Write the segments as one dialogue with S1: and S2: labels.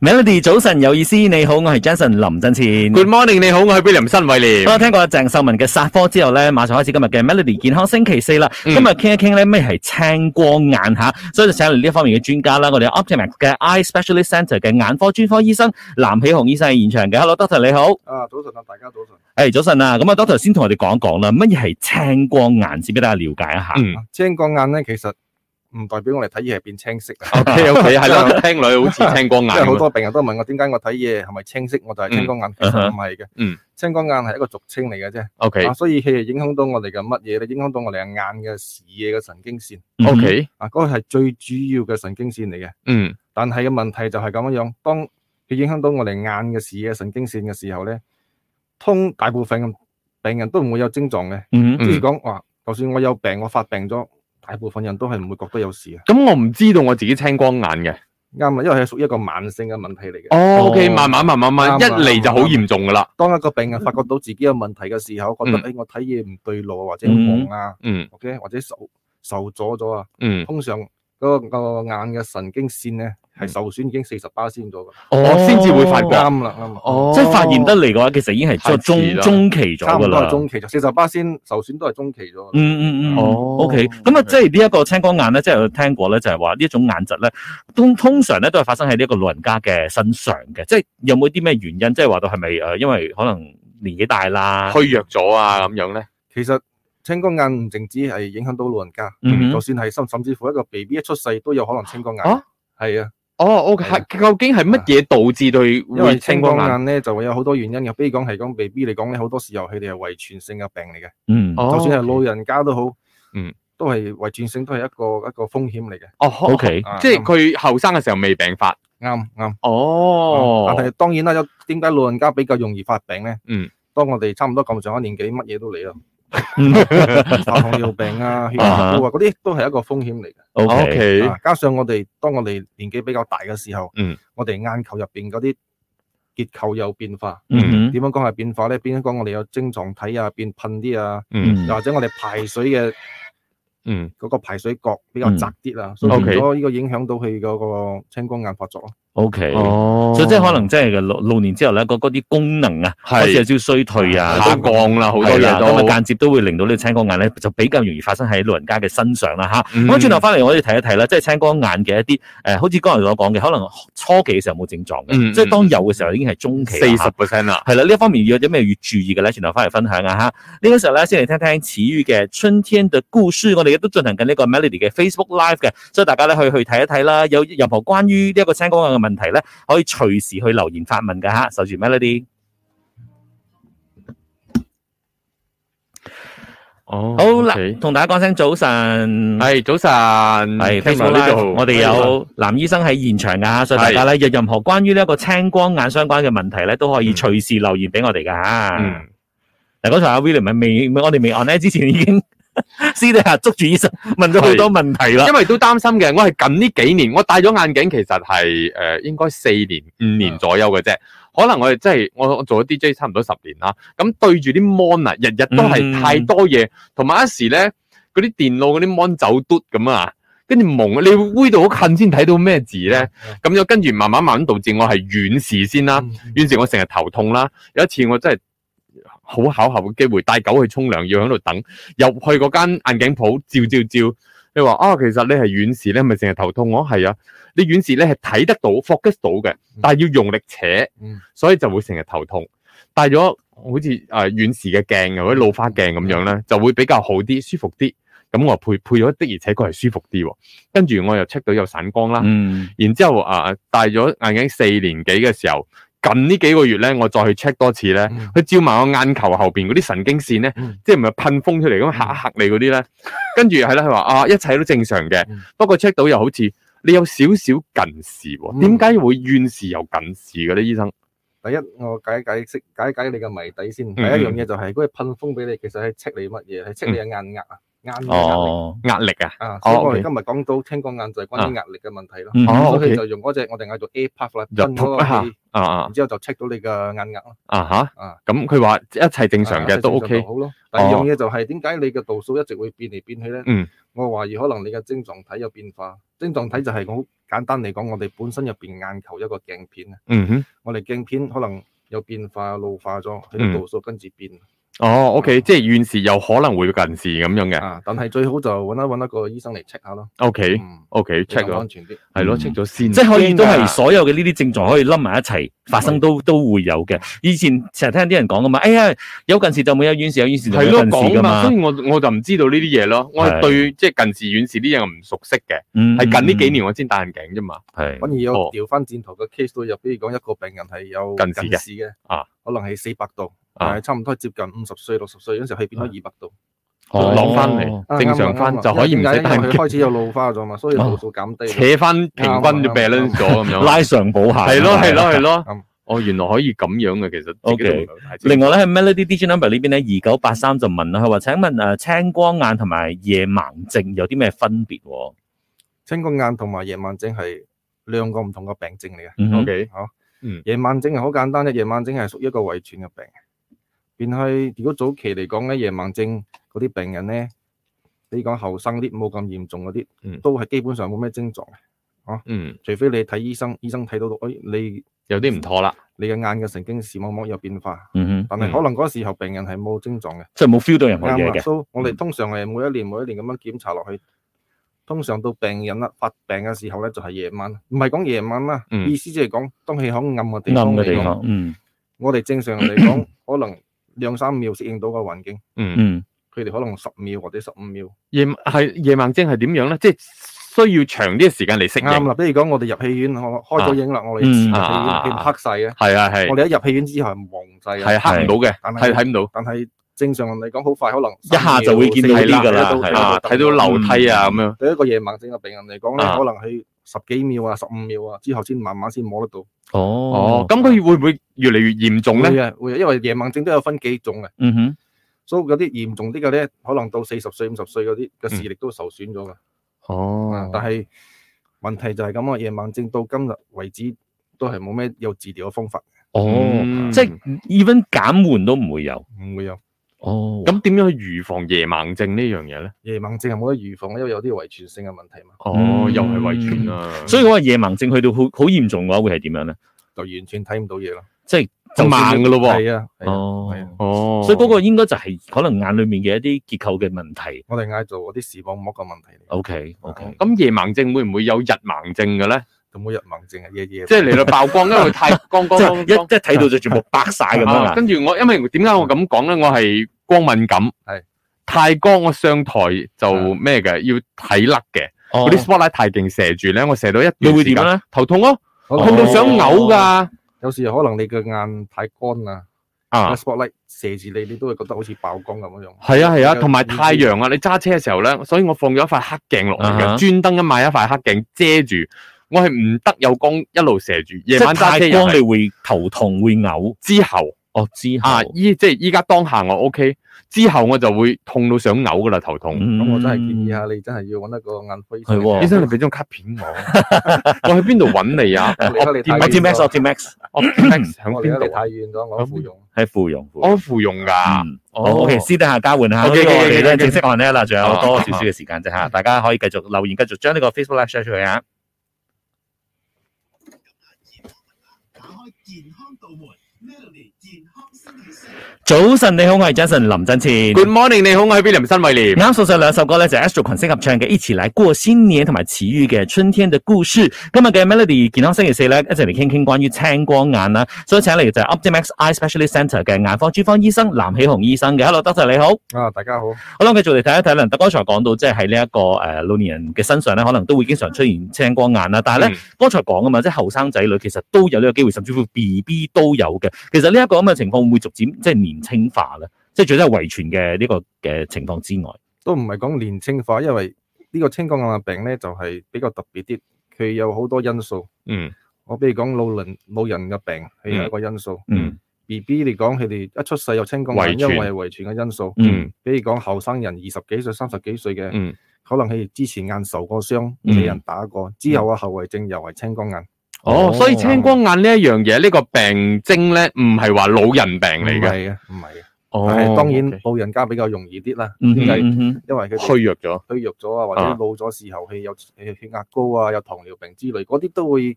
S1: Melody 早晨有意思，你好，我係 Jason 林振前。
S2: Good morning，你好，我係 William 新偉廉
S1: 好。啦，聽過鄭秀文嘅殺科之後咧，馬上開始今日嘅 Melody 健康星期四啦。今
S2: 嗯
S1: 日傾一傾咧咩係青光眼吓，所以就請嚟呢一方面嘅專家啦。我哋 Optimax 嘅 Eye Specialist Centre 嘅眼科專科醫生藍喜雄醫生喺現場嘅。Hello，Doctor 你好。
S3: 啊，早晨啊，大家早晨。
S1: 誒，早晨啊。咁啊，Doctor 先同我哋講一講啦，乜嘢係青光眼先俾大家了解一下。
S2: 嗯
S3: 青光眼咧，其實唔代表我哋睇嘢係變清晰嘅，
S2: ，OK OK，係啦，聽女好似青光眼
S3: 因為好
S2: 咁啊。
S3: 多病人都問我點解我睇嘢係咪清晰，我就係青光眼，其
S1: 嗯
S3: 實唔係嘅。
S2: 嗯，
S3: 青光眼係一個俗稱嚟嘅啫。
S2: OK
S3: 啊，所以佢係影響到我哋嘅乜嘢咧？影響到我哋嘅眼嘅視野嘅神經線。
S1: 嗯
S2: OK，
S3: 啊，嗰個係最主要嘅神經線嚟嘅。
S2: 嗯
S3: 但係嘅問題就係咁樣樣，當佢影響到我哋眼嘅視野神經線嘅時候咧，通大部分嘅病人都唔會有症狀嘅。
S1: 嗯
S2: 嗯
S3: 即係講話，就算我有病，我發病咗，大部分人都係唔會覺得有事嘅。
S2: 咁我唔知道我自己青光眼嘅。
S3: 啱啊，因為係屬於一個慢性嘅問題嚟嘅。
S2: 哦，OK，
S1: 哦
S2: 慢慢慢慢慢，一
S3: 啱啊
S2: 嚟就好嚴重噶啦。
S3: 當一個病人發覺到自己有問題嘅時候，覺得
S2: 嗯
S3: 誒、哎我睇嘢唔對路啊，或者盲啊、
S2: 嗯
S3: o k 或者受受阻咗啊，
S2: 嗯，
S3: 通常嗰、個個眼嘅神經線咧係
S2: 嗯
S3: 受損已經四十巴先咗㗎。
S2: 我先至會發覺。
S3: 啱啦，啱啦。
S2: 哦
S1: 即係發現得嚟嘅話，其實已經係中
S2: 太遲啦
S1: 中期咗
S3: 差唔
S1: 㗎
S3: 多
S1: 啦
S3: 係。中期咗，四十巴先受損都係中期咗。
S1: 嗯嗯嗯，
S2: 哦
S1: o k 咁啊，即係呢一個青光眼咧，即係我聽過咧，就係話呢一種眼疾咧，通通常咧都係發生喺呢一個老人家嘅身上嘅，即係有冇啲咩原因？即係話到係咪誒，因為可能年紀大啦，
S2: 虛弱咗啊，咁樣咧，
S3: 其實青光眼唔淨止係影響到老人家，
S1: 嗯
S3: 就算係甚甚至乎一個 B B 一出世都有可能青光眼。
S2: 啊
S3: 係啊。
S2: 哦，OK，
S3: 係啊
S2: 係究竟係乜嘢導致佢
S3: 因為
S2: 會
S3: 青
S2: 青
S3: 光
S2: 光眼？
S3: 眼咧就會有好多原因嘅，比如講係講 B B 嚟講咧，好多時候佢哋係遺傳性嘅病嚟嘅，
S1: 嗯，
S2: 哦
S3: 就算係老人家都好，
S2: 嗯，
S3: 都係遺傳性都係一個一個風險嚟嘅，
S2: 哦
S1: OK
S3: 啊
S2: 即係佢後生嘅時候未病發。
S3: 啱啱。
S2: 哦
S3: 但係當然啦，有點解老人家比較容易發病咧？
S2: 嗯，
S3: 當我哋差唔多咁上下年紀，乜嘢都 嚟啦，
S1: 嗯
S3: 化糖尿病啊、血壓高啊，嗰啲都係一個風險嚟嘅。
S1: ，OK，
S2: ，OK，
S3: 啊加上我哋當我哋年紀比較大嘅時候，
S2: 嗯，
S3: 我哋眼球入邊嗰啲結構有變化，
S1: 嗯
S3: 點樣講係變化咧？變咗講我哋有晶狀體啊，變噴啲啊。
S2: 嗯
S3: 又或者我哋排水嘅
S2: 嗯，
S3: 嗰個排水角比較窄啲啦，所以
S2: OK
S3: 變咗呢個影響到佢嗰個青光眼發作咯。
S1: ，OK。
S2: 哦
S1: 所以即係可能即係嘅老老年之後咧，嗰嗰啲功能啊，開始有
S2: 係
S1: 少少衰退啊，
S2: 下降啦，好多
S1: 係啦
S2: 嘢都
S1: 咁啊間接都會令到呢個青光眼咧，就比較容易發生喺老人家嘅身上啦吓。
S2: 嗯
S1: 咁轉頭翻嚟，我哋睇一睇啦，即係青光眼嘅一啲誒、呃好似剛才所講嘅，可能初期嘅時候冇症狀嘅，
S2: 嗯
S1: 即係當有嘅時候已經係中期
S2: 四十
S1: 啦。
S2: percent 啦。
S1: 係啦，呢一方面要有啲咩要注意嘅咧？轉頭翻嚟分享啊哈！呢個時候咧，先嚟聽聽始於嘅《春天的故事》，我哋亦都進行緊呢個 Melody 嘅 Facebook Live 嘅，所以大家咧去去睇一睇啦。有任何關於呢一個青光眼嘅問題咧，可以隨時去留言發問㗎吓，守住 Melody。
S2: 哦
S1: 好啦，同大家講聲早晨。
S2: 系早晨，
S1: 系
S2: 嗯聽
S1: Facebook
S2: 到呢
S1: Live，
S2: 度，
S1: 我哋有藍醫生喺現場噶，所以大家咧有任何關於呢一個青光眼相關嘅問題咧，都可以
S2: 嗯
S1: 隨時留言俾我哋噶吓。
S2: 嗯，
S1: 嗱，剛才阿 William 咪未，我哋未 on 咧之前已 經私底下捉住醫生問咗好多問題啦
S2: 因。為都擔心嘅，我係近呢幾年，我戴咗眼鏡，其實係诶、呃、应该四年五年左右嘅啫。可能我哋真係我我做咗 DJ 差唔多十年啦，咁對住啲 mon 啊，日日都
S1: 嗯
S2: 係太多嘢，同埋一時咧嗰啲電腦嗰啲 mon 走嘟咁啊，跟住蒙，你會到好近先睇到咩字咧，咁樣跟住慢慢慢慢導致我係遠視先啦。
S3: 嗯
S2: 於是我成日頭痛啦。有一次我真係好巧合嘅機會，帶狗去沖涼，要喺度等，入去嗰間眼鏡鋪照照照。你話啊，其實你係遠視咧，咪成日頭痛？我係啊，你遠視咧係睇得到、focus 到嘅，但係要用力扯
S3: 嗯，
S2: 所以就會成日頭痛。戴咗好似誒、呃、遠視嘅鏡或者老花鏡咁樣咧，就會比較好啲、舒服啲。咁我配配咗的而且確係舒服啲喎。跟住我又 check 到有散光啦。
S1: 嗯，
S2: 然之後啊，戴咗眼鏡四年幾嘅時候，近呢幾個月咧，我再去 check 多次咧，
S3: 嗯
S2: 佢照埋我眼球後邊嗰啲神經線咧，
S3: 嗯
S2: 即係唔係噴風出嚟咁嚇一嚇你嗰啲咧，跟住係啦，佢話啊一切都正常嘅
S3: 嗯，
S2: 不過 check 到又好似你有少少近視喎，
S3: 嗯
S2: 點解會遠視又近視嘅咧，醫生？
S3: 第一，我解解釋解解你嘅謎底先。
S2: 嗯
S3: 第一樣嘢就係嗰啲噴風俾你，其實係測你乜嘢？係測你嘅眼壓啊，眼嘅壓力
S1: 哦，
S2: 壓力啊，
S3: 啊。所以我
S2: OK
S3: 哋今日講到青光眼就係關於壓力嘅問題咯。
S1: 嗯
S2: 哦
S3: 所
S2: OK
S3: 以佢就用嗰隻我哋嗌做 A puff 啦，
S2: 就
S3: 噴嗰個
S2: 噗一
S3: 氣，
S2: 啊啊
S3: 然之後就 check 到你嘅眼壓咯。
S2: 啊
S3: 啊
S2: 吓，咁佢話一切正常嘅都
S3: 正常
S2: OK，哦
S3: 就好咯。第二樣嘢就係點解你嘅度數一直會變嚟變去咧？
S2: 嗯，
S3: 我懷疑可能你嘅症狀體有變化，即晶狀體就係好簡單嚟講，我哋本身入邊眼球一個鏡片啊，
S2: 嗯哼，
S3: 我哋鏡片可能有變化、老化咗，佢
S2: 嗯
S3: 啲度數跟住變
S2: 哦，OK，即係遠視有可能會近視咁樣嘅
S3: 啊。但係最好就揾一揾一個醫生嚟 check 下咯。
S2: ，OK，OK，check
S3: 嗯，比較
S2: 咗
S3: 安，全啲。
S2: 係咯
S1: 嗯
S2: ，check 咗先，
S1: 即係可以都係
S2: 驚㗎
S1: 所有嘅呢啲症狀可以冧埋一齊發生都都會有嘅。以前成日聽啲人講噶嘛，哎呀有近視就冇有遠視，有遠視就冇
S2: 係
S1: 有
S2: 咯
S1: 近視
S2: 講啊
S1: 噶
S2: 嘛，
S1: 嘛
S2: 所。以我我就唔知道呢啲嘢咯，我係
S1: 係
S2: 對即係近視遠視呢樣我唔熟悉嘅，
S1: 嗯
S2: 係近呢幾年我先戴眼鏡啫嘛，
S1: 係
S3: 反而有
S2: 哦
S3: 調翻轉頭嘅 case 都入，比如講一個病人係有
S2: 近視嘅
S3: 視嘅，
S2: 啊，
S3: 可能係四百度，
S2: 啊
S3: 但係差唔多係接近五十歲、六十歲嗰陣時候，係變咗二百度，
S1: 哦
S2: 攞翻
S3: 啊
S2: 嚟正常翻
S3: 啱啊
S2: 就可以唔
S3: 啱啊
S2: 使戴
S3: 因為
S2: 眼
S3: 佢
S2: 鏡，
S3: 開始有老花咗嘛，所以度數減低咗。
S2: 扯翻平均就
S3: 啱啊
S2: balance 咗咁樣。
S1: 拉上補下。
S2: 系咯系咯系咯
S3: 啱，
S2: 哦原來可以咁樣嘅，其實自己都唔係太知
S1: 另外咧喺 Melody DJ Number 呢邊咧，二九八三就問啦，佢話請問誒青光眼同埋夜盲症有啲咩分別喎？
S3: 青光眼同埋夜晚症係兩個唔同嘅病症嚟嘅。
S1: 嗯哼
S2: OK，
S3: 夜晚症係好簡單嘅，夜晚症係屬於一個遺傳嘅病。變係如果早期嚟講咧，夜晚症嗰啲病人咧，你講後生啲冇咁嚴重嗰
S2: 嗯
S3: 啲，都係基本上冇咩症狀嘅，
S2: 嗯，
S3: 除非你睇醫生，醫生睇到到，哎，你
S2: 有啲唔妥啦，
S3: 你嘅眼嘅神經視網膜有變化，
S1: 嗯哼，
S3: 但
S2: 嗯
S3: 係可能嗰時候病人係冇症狀嘅，
S1: 即係冇 feel 到任何嘢
S3: 啱啊。
S1: 嘅。
S3: 所以我哋通常係每一年每一年咁樣檢查落去，通常到病人啦發病嘅時候咧，就係夜晚，唔係講夜晚啦，
S2: 嗯
S3: 意思即係講當氣孔暗嘅地
S1: 暗
S3: 方
S1: 嘅
S3: 嚟
S1: 地
S3: 講
S1: 方，，嗯
S3: 我哋正常 嚟講可能兩三秒適應到個環境，
S2: 嗯，
S1: 嗯，
S3: 佢哋可能十秒或者十五秒。
S2: 夜系夜盲症係點樣咧？即係需要長啲嘅時間嚟適
S3: 啱
S2: 應，
S3: 啦，比如講我哋入戲院，我開咗影啦，我哋
S1: 嗯
S3: 入戲院
S2: 啊
S3: 戲院黑晒嘅，
S2: 係啊係
S3: 我哋一入戲院之後係蒙晒
S2: 係
S3: 嘅，
S2: 黑唔到嘅，
S3: 但係
S2: 係睇唔到。
S3: 但係正常嚟講好快可能
S1: 一下就會見到
S3: 三秒
S1: 啲㗎啦嗯
S3: 四秒
S1: 係
S2: 啊，睇到樓梯啊咁樣，
S3: 對一個夜盲症嘅病人嚟講咧，
S2: 啊
S3: 可能佢十幾秒啊、十五秒啊之後先慢慢先摸得到。
S2: 哦
S1: 哦，，
S2: 咁佢會唔會越嚟越嚴重咧？
S3: 會啊會啊，因為夜盲症都有分幾種嘅，
S1: 嗯哼，
S3: 所以嗰啲嚴重啲嘅咧，可能到四十歲、五十歲嗰啲嘅視力都受損咗㗎。啊
S2: 哦
S3: 但係問題就係咁啊，夜盲症到今日為止都係冇咩有治療嘅方法，
S1: 哦，
S2: 嗯
S1: 即係 even 減緩都唔會有。
S3: 唔會有。
S1: 哦，咁
S2: 咁點樣去預防夜盲症呢樣嘢咧？
S3: 夜盲症係冇得預防，因為有啲遺傳性嘅問題嘛，
S2: 哦，
S1: 嗯
S2: 又係遺傳啊，
S1: 所以我話夜盲症去到好好嚴重嘅話，會係點樣咧？
S3: 就完全睇唔到嘢啦。
S2: 就盲噶咯喎。
S3: 係啊，係啊
S1: 哦
S3: 係啊
S2: 哦，
S1: 所以嗰個應該就係可能眼裏面嘅一啲結構嘅問題。
S3: 我哋嗌做嗰啲視網膜嘅問題嚟嘅，
S1: O K O K，
S2: 咁夜盲症會唔會有日盲症 嘅咧？
S3: 就冇日盲症啊，夜夜
S2: 即係嚟到曝光，因為太光
S1: 即
S2: 光
S1: 係
S2: 光
S1: 一即係睇到就全部白晒咁樣
S2: 光啊！
S1: 啦。
S2: 跟住我，因為點解我咁講咧？我係光敏感，
S3: 係
S2: 太光我上台就咩嘅，要睇甩嘅。
S1: 嗰
S2: 嗰啲 spotlight 太勁射住咧，我射到一
S1: 你
S2: 段
S1: 會
S2: 時
S1: 點
S2: 間
S1: 咧？
S2: 頭痛咯，
S3: 可能
S2: 痛到想嘔㗎。
S3: 有時可能你嘅眼太乾啦，
S2: 啊，
S3: spotlight 射住你，你都會覺得好似爆光咁樣樣。
S2: 係啊係啊，
S3: 有
S2: 同埋
S3: 啲
S2: 太陽啊，你揸車嘅時候咧，所以我放咗一塊黑鏡落嚟
S1: 啊哈
S2: 嘅，專登咁買一塊黑鏡遮住。我係唔得有光一路射住，夜
S1: 即
S2: 晚
S1: 係
S2: 揸
S1: 太
S2: 車又
S1: 光
S2: 係
S1: 你會頭痛會嘔。
S2: 之後。
S1: 哦，之後
S2: 啊，依即係依家當下我 OK，之後我就會痛到想嘔噶啦，頭痛。
S1: 嗯哦
S3: 咁我真係建議下你，真係要揾一個眼科醫
S1: 係喎
S2: 醫
S3: 生。
S2: 生，你俾張卡片 我，我去邊度揾你啊？
S3: 我離開你太
S1: Optimax
S3: 遠咗
S1: Optimax
S2: 我 Max 響
S3: 我離
S2: 邊
S3: 開你
S2: 度
S3: 太
S2: 啊？
S3: 遠咗，我副用。
S1: 喺芙蓉。芙蓉
S2: 安芙蓉噶。
S1: 嗯好 OK，私底下交換下。
S2: OK，OK，OK，
S1: 呢個我哋咧
S2: OK，OK，
S1: 正式 on 咧啦，仲有
S2: 啊
S1: 多少少嘅時間啫嚇，大家可以繼續留言，繼續將呢個 Facebook Live share 出去啊。
S4: 打開健康道門，Melody 健康星期四。
S1: 早晨，你好，我係 Jason 林振前。
S2: Good morning，你好，我係 William 新偉廉。
S1: 啱送上兩首歌咧，就係 Astro 群星合唱嘅《一起來過新年》同埋齊豫嘅《春天的故事》。今日嘅 Melody 健康星期四咧，一齊嚟傾傾關於青光眼啦。所以請嚟就係 Optimax Eye Specialist Centre 嘅眼科專科醫生藍喜雄醫生嘅。Hello，doctor 你好。
S3: 啊，大家好。
S1: 好啦，繼續嚟睇一睇啦。特剛才講到即係喺呢一個誒老年人嘅身上咧，可能都會經常出現青光眼啦。但係咧，
S2: 嗯
S1: 剛才講啊嘛，即係後生仔女其實都有呢個機會，甚至乎 B B 都有嘅。其實呢一個咁嘅情況會唔會逐漸即係年青化咧？即係除咗係遺傳嘅呢個嘅情況之外，
S3: 都唔係講年青化，因為呢個青光眼病咧就係、比較特別啲，佢有好多因素。
S2: 嗯
S3: 我比如講老人老人嘅病，佢有一個因素。
S1: 嗯
S3: B B 嚟講，佢哋一出世有青光眼，
S2: 遺
S3: 因
S2: 傳
S3: 為係遺傳嘅因素。
S1: 嗯
S2: 嗯
S3: 比如講後生人二十幾歲、三十幾歲嘅，
S2: 嗯，
S3: 可能佢哋之前眼受過傷，
S1: 嗯
S3: 俾人打過，之後啊後遺症又係青光眼，
S2: 哦，所以青光眼呢一樣嘢，呢個病徵咧，唔係話老人病
S3: 唔
S2: 嚟
S3: 係
S2: 嘅。
S3: 嘅，唔係嘅。
S2: 哦
S3: 但係當然
S2: OK
S3: 老人家比較容易啲啦，
S1: 嗯
S3: 點解
S1: 哼嗯哼
S3: 因為佢哋
S2: 虛弱咗。
S3: 虛弱咗啊，或者
S2: 啊
S3: 老咗視候氣有血血壓高啊，有糖尿病之類，嗰啲都會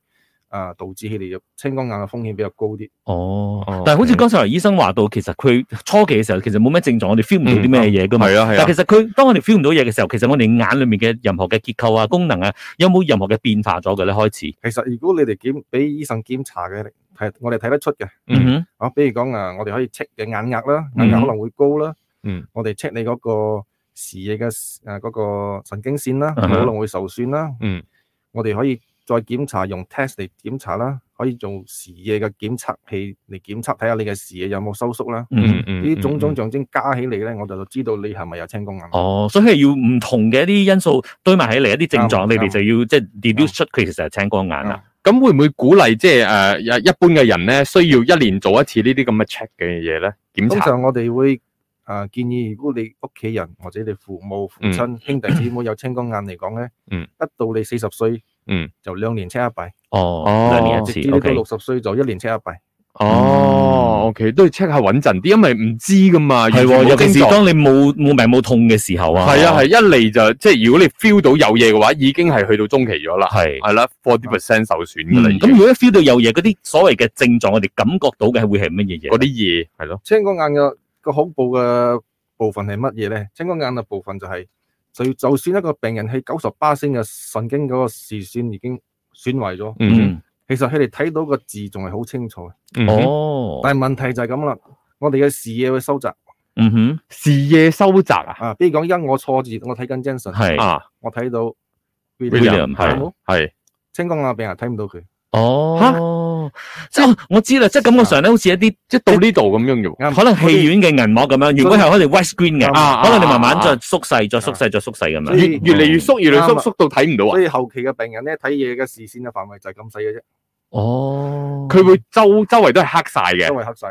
S3: 啊導致佢哋有青光眼嘅風險比較高啲。
S1: 哦
S2: 哦，
S1: 但係好似
S2: OK
S1: 剛才醫生話到，其實佢初期嘅時候其實冇咩症狀，我哋 feel 唔到啲咩嘢噶嘛。
S2: 係啊係
S1: 但
S2: 啊，
S1: 其實佢當我哋 feel 唔到嘢嘅時候，其實我哋眼裏面嘅任何嘅結構啊、功能啊，有冇任何嘅變化咗嘅咧？開始，
S3: 其實如果你哋檢俾醫生檢查嘅，係我哋睇得出嘅。
S1: 嗯哼，
S3: 啊，比如講啊，我哋可以 check 嘅眼壓啦，眼壓
S1: 嗯
S3: 可能會高啦。
S2: 嗯，
S3: 我哋 check 你嗰個視野嘅誒嗰個神經線啦，
S1: 嗯
S3: 可
S1: 哼
S3: 能會受損啦。
S2: 嗯，
S3: 我哋可以再檢查用 test 嚟檢查啦，可以做視野嘅檢測器嚟檢測睇下你嘅視野有冇收縮啦。
S1: 嗯。
S2: 嗯
S3: 呢啲種種象徵加起嚟咧，我就知道你係咪有青啊光眼。
S1: 哦，所以係要唔同嘅一啲因素堆埋起嚟，一啲症狀，
S3: 啱
S1: 你哋
S3: 啱
S1: 就要即係 deduce 出佢其實係青光眼啦。
S2: 咁會唔會鼓勵即係誒一一般嘅人咧，需要一年做一次呢啲咁嘅 check 嘅嘢咧？檢
S3: 通
S2: 查
S3: 常我哋會啊、建議，如果你屋企人或者你父母、父親、兄弟姊妹有青光眼嚟講咧，
S2: 嗯
S3: 一到你四十歲，
S2: 嗯，
S3: 就兩年 check 一弊，
S1: 哦，
S2: 哦
S1: 兩年一
S3: 直
S1: 次
S3: 至到
S1: ，OK。
S3: 六十歲就一年 check 一弊。
S2: 哦，OK 都要 check 下穩陣啲，因為唔知噶嘛，
S1: 嗯係
S2: 完
S1: 喎，
S2: 全冇
S1: 尤其是
S2: 症狀
S1: 當你冇冇病冇痛嘅時候啊。
S2: 係啊係，一嚟就即係如果你 feel 到有嘢嘅話，已經係去到中期咗啦，
S1: 係
S2: 係啦，forty percent 受損
S1: 嗯
S2: 㗎啦，已
S1: 咁
S2: 經
S1: 如果一 feel 到有嘢，嗰啲所謂嘅症狀，我哋感覺到嘅係會係乜嘢嘢？
S2: 嗰啲嘢係咯，
S3: 青光眼嘅個恐怖嘅部分係乜嘢咧？青光眼嘅部分就係、就就算一個病人喺九十八先嘅神經嗰個視線已經損壞咗，
S2: 嗯
S1: 嗯，
S3: 其實佢哋睇到個字仲係好清楚嘅，
S2: 嗯哼
S1: 哦，
S3: 但係問題就係咁啦，我哋嘅視野會收窄
S1: 嗯哼，
S2: 視野收窄啊
S3: 啊，比如講因我錯字，我睇緊 Jenson。
S1: 係
S2: 啊
S3: 我睇到
S1: William，係
S3: 好冇
S2: 係
S3: 青光眼病人睇唔到佢，
S1: 哦，即係我知啦，即係感覺上咧，好似一啲即係
S2: 到呢度咁樣嘅喎，
S3: 啱
S1: 可能戲院嘅銀幕咁樣，原本係可能 width screen 嘅，
S3: 啱
S2: 嗯啊
S1: 可能你慢慢
S2: 啊
S1: 再縮細、再縮細、再縮細咁
S3: 所
S1: 樣。
S3: 以
S1: 嗯
S2: 越越嚟越縮，越嚟越
S3: 啱
S2: 縮
S3: 啊
S2: 縮到睇唔到啊
S3: 所！以後期嘅病人咧睇嘢嘅視線嘅範圍就係咁細嘅啫，
S1: 哦，
S2: 佢會周周圍都係黑晒
S3: 周
S2: 嘅，
S3: 圍黑晒，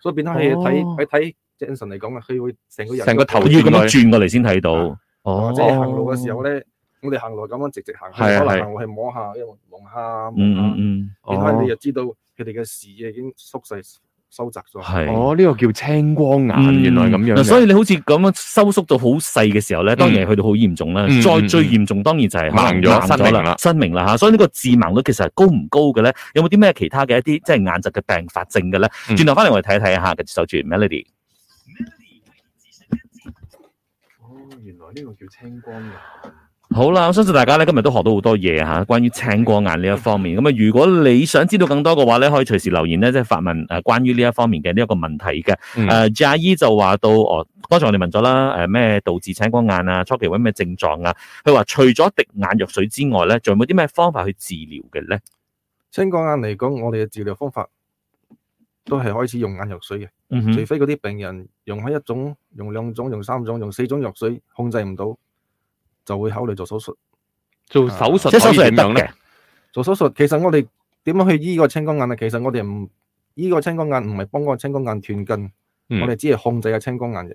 S3: 所以變咗佢睇
S2: 哦
S3: 佢睇 Jason 嚟講啊，佢會成個人
S2: 成個頭
S1: 要咁樣轉過嚟先睇到。
S2: 啊
S3: 或
S1: 哦，
S3: 者行路嘅時候咧，我哋行路咁樣直直行，
S2: 係啊
S3: 可
S2: 係
S3: 能行路係摸下，因為望下，
S1: 嗯嗯
S3: 望下，
S1: 嗯，
S3: 變咗你
S2: 哦
S3: 就知道佢哋嘅視野已經縮細收窄咗。
S1: 係。
S2: 哦，呢個叫青光眼，
S1: 嗯
S2: 原來咁
S1: 嗱
S2: 樣嘅。
S1: 所以你好似咁樣收縮到好細嘅時候咧，當然係去到好嚴重啦。
S2: 嗯
S1: 再最嚴重當然就係可能
S2: 盲咗失明
S1: 啦
S2: 啦、
S1: 失明啦嚇。所以呢個致盲率其實係高唔高嘅咧？有冇啲咩其他嘅一啲即係眼疾嘅病發症嘅咧？
S2: 嗯
S1: 轉頭翻嚟我哋睇一睇下嘅，守住 Melody。
S2: 原來呢個叫青光眼。
S1: 好啦，我相信大家咧今日都學到好多嘢吓，關於青光眼呢一方面。咁啊，如果你想知道更多嘅話咧，可以隨時留言咧，即係發問誒關於呢一方面嘅呢一個問題嘅。
S2: 嗯
S1: 誒 j a e 就話到哦，剛才我哋問咗啦，誒咩導致青光眼啊，初期有咩症狀啊？佢話除咗滴眼藥水之外咧，仲有冇啲咩方法去治療嘅咧？
S3: 青光眼嚟講，我哋嘅治療方法都係開始用眼藥水嘅。
S1: 嗯
S3: 除
S1: 哼，
S3: 非嗰啲病人用開一種、用兩種、用三種、用四種藥水控制唔到，就會考慮做手術。
S2: 做啊手術
S1: 即係手術
S2: 可以
S1: 係
S2: 點
S1: 得
S2: 樣
S1: 嘅
S2: 咧？。
S3: 做手術其實我哋點樣去醫個青光眼啊？其實我哋唔醫個青光眼，唔係幫個青光眼斷根，
S2: 嗯
S3: 我哋只係控制個青光眼啫。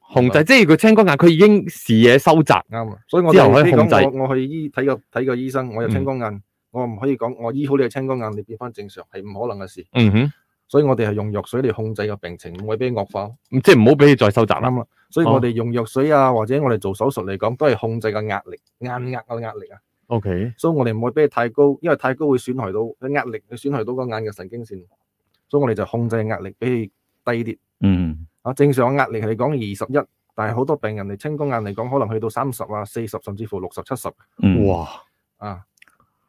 S2: 控制即係佢青光眼，佢已經視野收窄。
S3: 啱啊！所以我
S2: 之後可
S3: 哋
S2: 以
S3: 比如
S2: 控制
S3: 講我我去醫睇個睇個醫生，我有青光眼，我唔可以講我醫好你嘅青光眼，你變翻正常係唔可能嘅事。
S2: 嗯哼，
S3: 所以我哋係用藥水嚟控制個病情，唔會俾佢惡化。
S2: 即係唔好俾佢再收窄啦。
S3: 啱啦，所以
S2: 哦
S3: 我哋用藥水啊，或者我哋做手術嚟講，都係控制個壓力、眼壓個壓力啊。
S2: O K，
S3: 所以我哋唔會俾佢太高，因為太高會損害到佢壓力，會損害到個眼嘅神經線，所以我哋就控制壓力，俾佢低啲。
S1: 嗯，
S3: 啊，正常嘅壓力係講二十一，但係好多病人嚟青光眼嚟講，可能去到三十啊、四十，甚至乎六十、七十
S1: 嗯，
S2: 哇，
S3: 啊。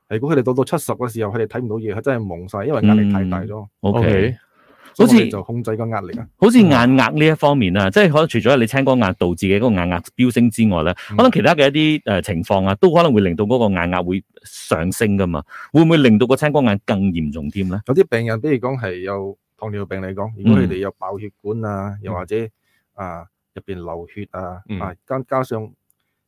S3: 如果佢哋到到七十嘅時候，佢哋睇唔到嘢，佢真係蒙晒，因為壓力太大咗。
S1: ，O K。
S3: 所以
S1: 好
S3: 我
S1: 似
S3: 哋就控制個壓力啊。
S1: 好似眼壓呢一方面啊，即係可能除咗你青光眼導致嘅嗰個眼壓飆升之外咧，
S3: 嗯
S1: 可能其他嘅一啲誒情況啊，都可能會令到嗰個眼壓會上升噶嘛，會唔會令到個青光眼更嚴重添咧？
S3: 有啲病人，比如講係有糖尿病嚟講，如果佢哋有爆血管啊，又或者啊入邊流血啊，
S2: 嗯
S3: 啊加加上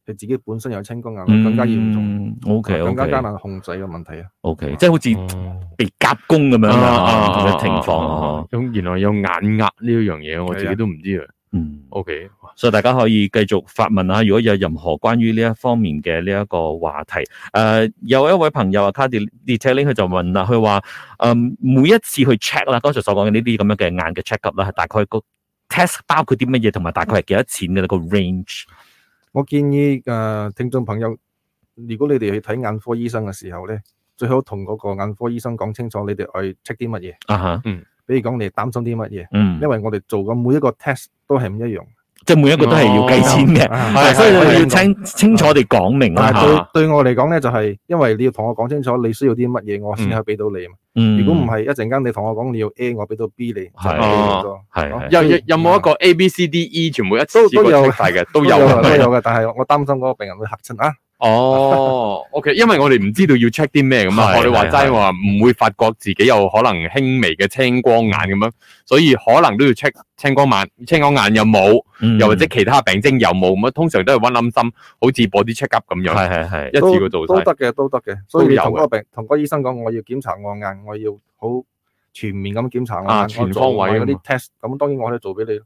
S3: 佢自己本身有青光眼，更加嚴重。
S1: O K O
S3: 更加艱
S1: K
S3: 難控制嘅問題啊。
S1: O K，即係好似
S2: 嗯
S1: 被夾攻咁樣啊嘅情況啊，
S2: 咁嗯原來有眼壓呢樣嘢，我自己都唔知啊。
S1: 嗯。
S2: O K，
S1: 所以大家可以繼續發問啊！如果有任何關於呢一方面嘅呢一個話題，誒、有一位朋友啊 c a r d i Detailing 佢就問啦，佢話誒每一次去 check 啦，剛才所講嘅呢啲咁樣嘅眼嘅 check up 啦，大概個 test 包括啲乜嘢，同埋大概係幾多錢嘅咧個 range？
S3: 我建議誒、呃、聽眾朋友，如果你哋去睇眼科醫生嘅時候咧，最好同嗰個眼科醫生講清楚你哋去 check 啲乜嘢，
S1: 啊哈，
S3: 比如講你哋擔心啲乜嘢，
S1: 嗯
S3: 因，為我哋做嘅每一個 test 都係唔一樣。
S1: 即係每一個都係要計錢嘅。
S3: 啊
S1: 係，
S2: 係
S1: 所以
S3: 係
S1: 你要
S3: 係
S1: 清清楚地講明啦
S3: 但係
S1: 嚇。
S2: 啊
S3: 對對我嚟講咧，就係、因為你要同我講清楚你需要啲乜嘢，我先可以俾到你嘛。
S1: 嗯
S3: 如果唔係，一陣間你同我講你要 A，我俾到 B 你，就
S1: 係
S2: 哦
S3: 係咯
S1: 係係
S3: 啊
S2: 有有有冇一個 A B C D E 全部一次過
S3: 都都有
S2: check 晒嘅？都
S3: 都
S2: 有
S3: 有
S2: 啊
S3: 嘅都有嘅，但係我擔心嗰個病人會嚇親啊。
S2: 哦，OK，因為我哋唔知道要 check 啲咩咁啊，
S1: 係
S2: 我哋話
S1: 係係
S2: 齋話唔會發覺自己有可能輕微嘅青光眼咁樣，所以可能都要 check 青光眼，青光眼有冇，
S1: 嗯
S2: 又或者其他病徵有冇咁啊？通常都係温冧心，好似 body check up 咁樣，
S1: 係係係
S2: 一次過做
S3: 都
S2: 晒。
S3: 得嘅，都得嘅。所以你
S2: 有
S3: 同
S2: 嘅
S3: 嗰個病同嗰個醫生講，我要檢查我眼，我要好全面咁檢查我眼，
S2: 啊
S3: 我
S2: 全
S3: 做
S2: 方位
S3: 我嗰
S2: 咁
S3: 啲 test。咁當然我可以做俾你。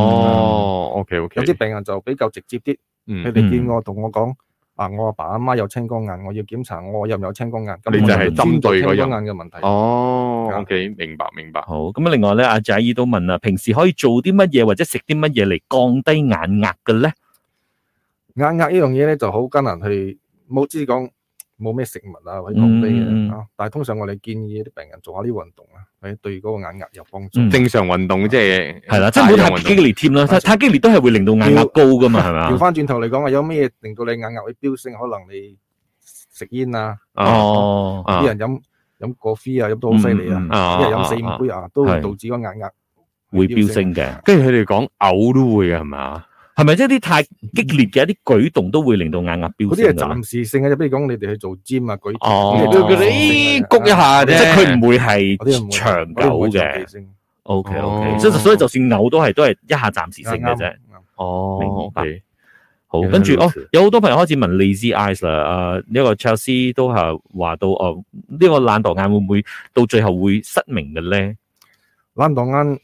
S2: 哦，OK OK，
S3: 有啲病人就比較直接啲，佢
S2: 嗯，
S3: 哋見我同我講啊，我阿爸阿媽有青光眼，我要檢查我有唔有青光眼。咁
S1: 你就係
S3: 我
S2: 針對嗰
S3: 專注青
S2: 人
S3: 光眼嘅問題。
S2: 哦
S3: 啊
S2: ，OK，明白明白。
S1: 好咁啊！另外咧，阿仔姨都問啦，平時可以做啲乜嘢或者食啲乜嘢嚟降低眼壓嘅咧？
S3: 眼壓呢樣嘢咧就好艱難去，冇知講冇咩食物啊，或者講咩
S1: 嗯嗯
S3: 嘅啊。但係通常我哋建議啲病人做下啲運動啊，係對嗰個眼壓有幫助。
S1: 嗯
S2: 正常運動即係
S1: 係啦，即係唔好
S2: 大量
S1: 太
S2: 運
S1: 激
S2: 動
S1: 烈添啦，太太激烈都係會令到眼壓高噶嘛，係咪
S3: 調
S1: 啊？
S3: 翻轉頭嚟講啊，有咩嘢令到你眼壓會飆升？可能你食煙啊，
S2: 啊
S1: 哦，
S2: 啊
S3: 啲人飲飲果啡啊，飲到好犀利啊，
S2: 啊
S3: 一日飲四五杯啊，都會
S1: 係
S3: 導致個眼壓
S1: 會飆。升嘅，
S2: 跟住佢哋講嘔都會嘅係嘛？
S1: 係咪即係啲太激烈嘅一啲舉動都會令到眼壓
S3: 嗰
S1: 飆
S3: 啲係
S1: 升㗎啦
S3: 暫時性嘅，比如講你哋去做 gym 啊，舉
S2: 哦佢
S3: 嗰啲係暫時性嘅
S2: 哋咦谷一下
S1: 即
S2: 啫
S1: 係佢唔會
S3: 嗰啲
S1: 係
S3: 唔會
S1: 長久
S3: 嗰啲唔會長
S1: 嘅
S3: 期。性
S1: O K O
S2: 哦
S1: K，所以所以就算嘔都係都係一下暫時性嘅啫。。
S2: 哦，OK，
S1: 好，
S2: 原來
S1: 跟住
S2: 如
S1: 哦
S2: 此，
S1: 有好多朋友開始問 lazy eyes 啦，啊、呢、個 Chelsea 都係話到哦，呢、個懶惰眼會唔會到最後會失明嘅咧？
S3: 冷凍眼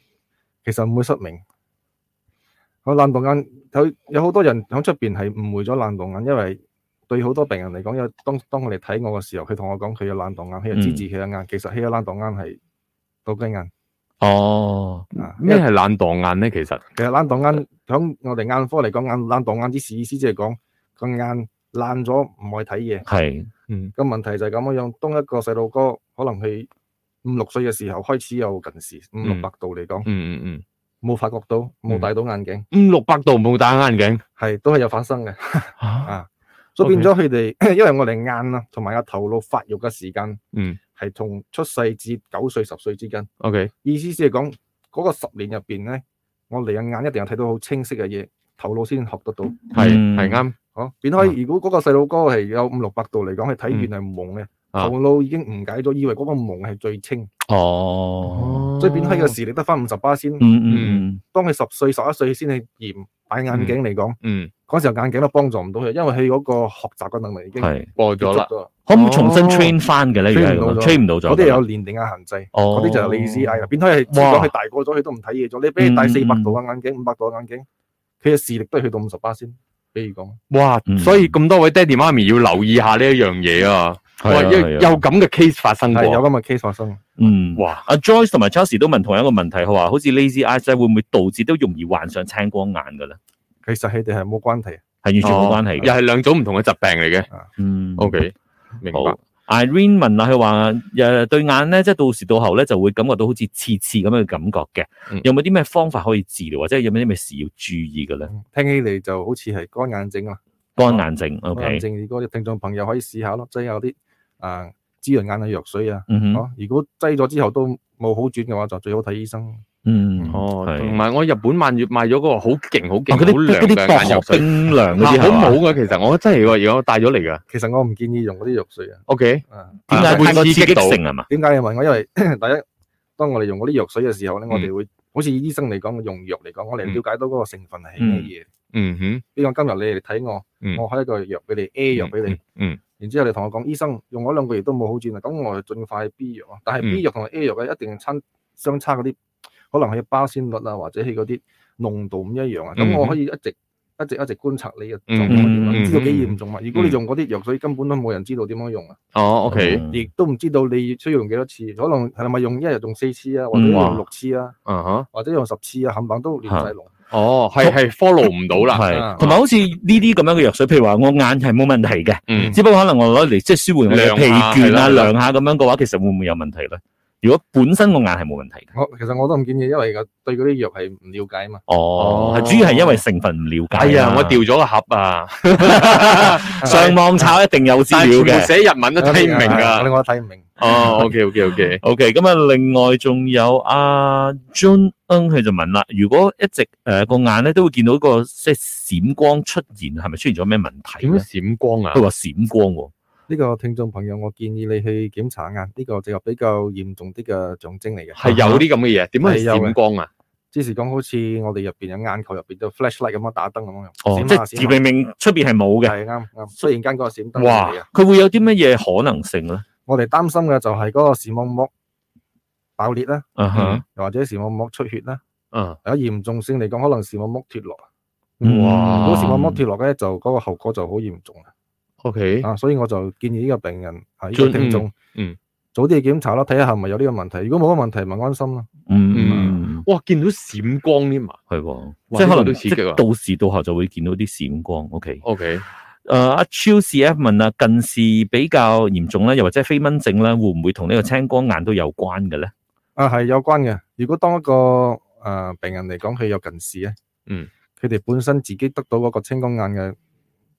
S3: 其實唔會失明。個冷凍眼有有好多人喺出邊係誤會咗冷凍眼，因為對好多病人嚟講，有當當佢哋睇我嘅時候，佢同我講佢有冷凍眼，佢就支持佢嘅眼，其實佢嘅冷凍眼係倒雞眼
S1: 哦，
S3: 啊。因
S2: 咩
S3: 為
S2: 係懶惰眼咧？其實
S3: 其實冷凍眼響我哋眼科嚟講，眼冷凍眼之事意思即係講個眼爛咗唔愛睇嘢。
S1: 係，
S3: 個問題就係咁樣樣，當一個細路哥可能佢五六歲嘅時候開始有近視，五六
S2: 嗯
S3: 百度嚟講
S2: 嗯嗯
S3: 冇發覺到，冇戴到眼鏡，
S2: 嗯，五六百度冇戴眼鏡
S3: 係都係有發生嘅。
S2: 啊，
S3: 所
S2: OK
S3: 以變咗佢哋， 因為我哋眼啊，同埋個頭腦發育嘅時間
S2: 嗯
S3: 係從出世至九歲十歲之間，
S2: ，OK，
S3: 意思即係講嗰個十年入邊咧，我哋嘅眼一定係睇到好清晰嘅嘢，頭腦先學得到。
S2: 係
S1: 嗯
S2: 係啱
S3: 哦，變開如果嗰個細路哥係有五六百度嚟講，係睇遠係蒙嘅，
S2: 啊
S3: 頭腦已經誤解咗，以為嗰個蒙係最清，
S1: 哦，
S2: 哦
S3: 所以變開個視力得翻五十巴先。
S1: 嗯嗯
S3: 當佢十歲十一歲先去驗戴眼鏡嚟講，
S2: 嗯
S3: 嗰時候眼鏡都幫助唔到佢，因為佢嗰個學習嘅能力
S1: 嗯，
S3: 已經
S1: 係，
S2: 過
S3: 接
S2: 咗
S3: 觸
S2: 啦，
S3: 咗。
S1: 可唔可以重新 train 翻嘅咧？如果係咁樣
S3: train
S1: ，train 唔到咗，
S3: 嗰啲有年齡嘅限制，
S1: 哦，
S3: 嗰啲就係你知，係啦。變咗係，只
S1: 哇嗯
S3: 講佢大個咗，佢都唔睇嘢咗。你俾佢戴四百度嘅眼鏡、五百度嘅眼鏡，佢嘅視力都係去到五十八先。比如講，
S2: 哇
S1: 嗯！
S2: 所以咁多位爹哋媽咪要留意下呢一樣嘢啊，
S1: 係
S2: 哇，
S1: 啊
S2: 有
S1: 係啊
S2: 有咁嘅 case 發生
S3: 係有
S2: 過，
S3: 咁嘅 case 發生。
S1: 嗯。
S2: 哇！
S1: 阿 Joyce 同埋 Chelsea 都問同一個問題，佢話好似 lazy eyes 咧會唔會導致都容易患上青光眼嘅咧？
S3: 其實佢哋係冇關係。
S1: 係完全冇關係
S2: 又
S1: 嘅。
S2: 係兩種唔同嘅疾病嚟嘅。
S1: 嗯
S2: OK，明白
S1: 好。Irene 問啦，佢話誒對眼咧，即係到時到後咧就會感覺到好似刺刺咁嘅感覺嘅。
S2: 嗯
S1: 有冇啲咩方法可以治療，或者有冇啲咩事要注意
S2: 哦
S1: 嘅咧？
S3: 聽起嚟就好似係乾眼症啦。
S1: 乾眼症
S3: 乾眼
S2: 哦
S1: ，OK，
S3: 症，如果啲聽眾朋友可以試下咯，即係有啲啊滋潤眼嘅藥水啊。
S1: 嗯哼，
S3: 哦，如果擠咗之後都冇好轉嘅話，就最好睇醫生。
S1: 嗯，
S2: 哦，
S1: 係
S2: 同埋我日本買咗買咗個好勁、好勁、
S1: 啊嗰
S2: 好
S1: 啲
S2: 涼
S1: 嗰
S2: 嘅眼
S1: 啲
S2: 藥
S1: 薄荷
S2: 水，
S1: 冰涼嗰
S2: 嗱
S1: 啲係
S2: 好
S1: 嘛
S2: 冇嘅。其實我真係喎，而我帶咗嚟噶。
S3: 其實我唔建議用嗰啲藥水啊。
S2: OK，
S3: 啊，
S1: 點解
S2: 啊
S1: 太過
S2: 會
S1: 刺激
S2: 刺激到
S1: 性係嘛？
S3: 點解你問我？因為 第一，當我哋用嗰啲藥水嘅時候咧，我哋會好似醫生嚟講，用藥嚟講，我哋了解到嗰個成分係咩嘢。
S2: 嗯哼，
S3: 比如講今日你嚟睇我，
S2: 嗯
S3: 我開一個藥俾你 A 藥俾你，
S2: 嗯，
S3: 然之後你同我講，醫生用咗兩個月都冇好轉啊，咁我就盡快 B 藥啊。但係
S2: 嗯
S3: B 藥同埋 A 藥嘅一定差相差嗰啲，可能係巴仙率啊，或者係嗰啲濃度唔一樣啊。咁
S2: 嗯
S3: 我可以一直一直一直觀察你嘅
S2: 嗯
S3: 狀況點
S1: 嗯
S3: 啊，知道幾
S2: 嗯
S3: 嚴重啊。如果你用嗰啲藥水，根本都冇人知道點樣用啊，
S2: 哦，OK，
S1: 嗯
S3: 亦都唔知道你需要用幾多次，可能係咪用一日用四次啊，或者
S1: 嗯
S2: 哇
S3: 用六次啊，
S2: 啊哈，
S3: 或者用十次啊，冚唪唥都亂晒龍。
S2: 哦，係 係 follow 唔到啦，
S1: 係
S3: 啊
S1: 同埋好似呢啲咁樣嘅藥水，譬如話我眼係冇問題嘅，
S2: 嗯，
S1: 只不過可能我攞嚟即係舒緩我嘅疲倦啊、
S2: 量下係啦
S1: 量下咁樣嘅話，其實會唔會有問題咧？如果本身個眼係冇問題嘅，
S3: 我其實我都唔建議，因為個對嗰啲藥係唔了解啊嘛。
S1: 哦，
S2: 哦
S1: 係主要係因為成分唔了解。啊
S2: 哎呀，我掉咗個盒啊，
S1: 上網炒一定有資
S2: 但
S1: 料
S2: 係全
S1: 嘅
S2: 部。寫日文都睇唔明
S3: 我
S2: 啊，
S3: 哋我睇唔明。
S2: 哦，OK OK OK，
S1: O K，咁啊，另外仲有阿 John Ng 佢就問啦，如果一直誒個、眼咧都會見到個即係閃光出現，係咪出現咗咩問題
S2: 點
S1: 咧？
S2: 閃光啊
S1: 佢？話閃光喎、
S3: 呢個聽眾朋友，我建議你去檢查眼，呢個就比較嚴重啲嘅象徵嚟嘅。
S2: 係有啲咁嘅嘢，點樣係閃光啊？
S3: 之前講好似我哋入邊嘅眼球入邊嘅 flashlight 咁樣打燈咁樣，
S1: 哦，
S2: 啊
S3: 閃
S1: 即
S3: 下
S1: 係明明出邊係冇嘅，
S3: 係啱啱。忽然間嗰個閃燈
S2: 哇
S3: 嚟嘅，
S1: 佢會有啲乜嘢可能性咧？
S3: 我哋擔心嘅就係嗰個視網膜爆裂啦，
S1: 啊哈，
S3: 又或者視網膜出血啦。
S2: 嗯，
S3: 有嚴重性嚟講，可能視網膜脱落。
S1: 嗯
S2: 哇
S3: 如果視網膜脱落咧，就嗰個後果就好嚴重啦。
S2: ，OK，
S3: 啊，所以我就建議呢個病人啊，呢個聽眾，
S2: 嗯嗯，
S3: 早啲去檢查啦，睇下係咪有呢個問題。如果冇乜問題，咪安心啦。
S1: 嗯嗯
S2: 嗯，哇，見到閃光添啊
S1: 係喎，即
S2: 哇
S1: 係
S2: 呢個
S1: 可能
S2: 都
S1: 即
S2: 刺激
S1: 係
S2: 啊
S1: 到時到後就會見到啲閃光。O K，
S2: ，OK，
S1: 誒呃阿 Chiu C F 問啊，近視比較嚴重咧，又或者飛蚊症咧，會唔會同呢個青光眼都有關嘅咧？
S3: 啊，係有關嘅。如果當一個诶、呃病人嚟講，佢有近視咧，
S2: 嗯，
S3: 佢哋本身自己得到嗰個青光眼嘅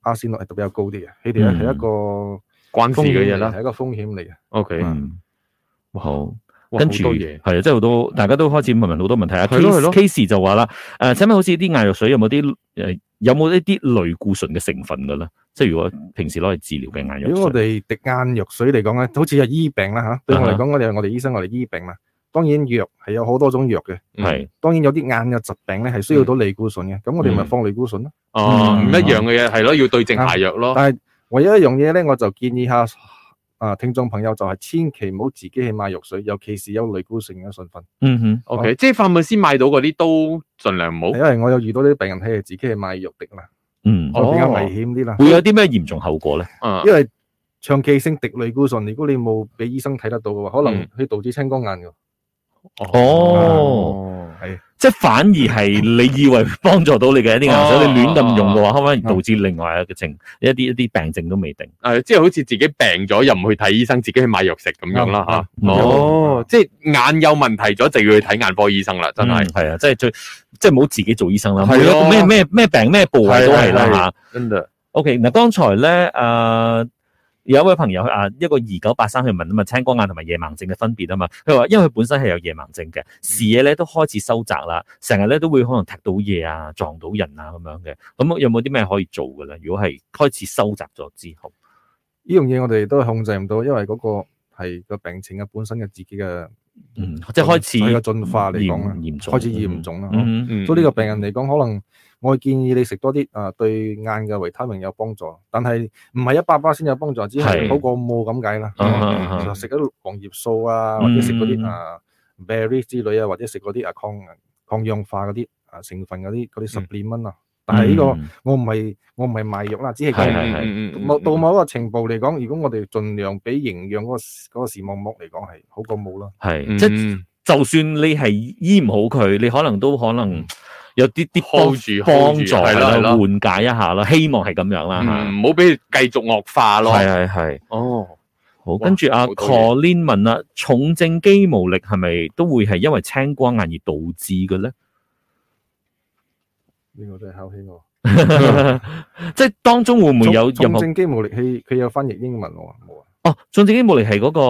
S3: 阿仙率係比較高啲嘅，佢哋咧
S1: 嗯
S3: 係一個
S2: 關事
S3: 風
S2: 嘅
S3: 險
S2: 嘢
S3: 嚟嘅，
S2: 啦
S3: 係一個風險嚟嘅。
S2: ，OK，
S1: 嗯，好。
S2: 哇
S1: 跟
S2: 好
S1: 住
S2: 多嘢
S1: 係。啊，即係好多大家都開始問問好多問題啊。
S2: 係咯係
S1: Case
S2: 咯
S1: Case 就話啦，誒請問好似啲眼藥水有冇啲誒有冇一啲類固醇嘅成分嘅咧？即係如果平時攞嚟治療嘅眼
S3: 如果
S1: 藥
S3: 我
S1: 水，
S3: 哋滴眼藥水嚟講咧，好似係醫病啦吓、對我嚟講，我哋我哋醫生我哋醫病啦。當然藥係有好多種藥嘅，
S2: 嗯
S1: 係
S3: 當然有啲眼嘅疾病咧係需要到類固醇嘅，咁我哋咪
S1: 嗯
S3: 放類固醇咯。
S2: 哦，唔
S1: 嗯
S2: 一樣嘅嘢係咯，要對症下藥咯。
S3: 但係唯一一樣嘢咧，我就建議下啊聽眾朋友就係千祈唔好自己去買藥水，尤其是有類固醇嘅成分。
S1: 嗯哼，
S2: O K，即係法務先買到嗰啲都盡量唔
S3: 係
S1: 哦
S2: 好。
S3: 因為我有遇到啲病人，佢哋自己去買藥滴啦，
S1: 嗯，
S2: 哦
S3: 就比較危險啲啦。
S1: 會有啲咩嚴重後果咧？
S2: 嗯
S3: 因為長期性滴類固醇，如果你冇俾醫生睇得到嘅話，可能
S2: 嗯
S3: 佢導致青光眼嘅。啊
S1: 哦，
S3: 係
S1: 即係反而係你以為幫助到你嘅一啲眼藥水，
S2: 哦
S1: 你亂咁用嘅話，可能
S3: 哦
S1: 導致另外嘅情一啲一啲病症都未定。
S2: 誒，即係好似自己病咗又唔去睇醫生，自己去買藥食咁樣啦吓。
S1: 啱啱
S2: 哦，即係眼有問題咗就要去睇眼科醫生啦，真
S3: 嗯
S2: 係。
S1: 係啊，即係最即係唔好自己做醫生啦。
S2: 係咯
S1: 每一個咩咩咩病咩部位都係啦
S2: 係係
S1: 嚇。
S2: 真嘅。
S1: OK，嗱，剛才咧，誒、有一位朋友啊，一個二九八三去問啊嘛，青光眼同埋夜盲症嘅分別啊嘛，佢話因為佢本身係有夜盲症嘅，視野咧都開始收窄啦，成日咧都會可能踢到嘢啊、撞到人啊咁樣嘅，咁有冇啲咩可以做嘅咧？如果係開始收窄咗之後，
S3: 呢樣嘢我哋都控制唔到，因為嗰個係個病情嘅本身嘅自己嘅
S1: 嗯，即係開始
S3: 佢嘅進啊化嚟講
S1: 嚴
S3: 啦，
S1: 嚴重，
S3: 開始嚴重啊啦。
S1: 嗯，嗯，
S2: 嗯
S3: 所以呢個病人嚟講，可能我建議你食多啲啊，對眼嘅維他命有幫助，但係唔係一百巴先有幫助，只
S1: 係
S3: 係好過冇咁解啦。
S1: 嗯
S2: 嗯
S1: 嗯嗯
S3: 就食嗰啲黃葉素啊，或者食嗰
S1: 嗯
S3: 啲啊 berry 之類啊，或者食嗰啲啊抗抗氧化嗰啲啊成分嗰啲嗰啲十幾蚊啊。但係呢個
S1: 嗯
S3: 我唔係我唔係賣肉啦，只係
S1: 係
S3: 講
S1: 係
S2: 係
S3: 某到某一個程度嚟講，如果我哋盡量俾營養嗰個視嗰個視網膜嚟講係好過冇啦。
S1: 係即係
S2: 嗯
S1: 就算你係醫唔好佢，你可能都可能有啲啲幫
S2: hold 住
S1: 幫
S2: hold
S1: 助
S2: 住，
S1: 係
S2: 係啦
S1: 啦，
S2: 係啦，
S1: 緩解一下啦，希望係咁樣啦嚇。
S2: 嗯唔好俾佢繼續惡化咯。
S1: 係係係，
S2: 哦，
S1: 好。
S2: 哇
S1: 跟住阿
S2: 好多嘢
S1: Colin 問啦，重症肌無力係咪都會係因為青光眼而導致嘅咧？
S3: 呢個真係考起我。
S1: 即係當中會唔會有
S3: 重
S1: 任
S3: 重
S1: 何？
S3: 症肌無力器，佢有翻譯英文喎，冇啊？
S1: 哦，重症肌無力係嗰、個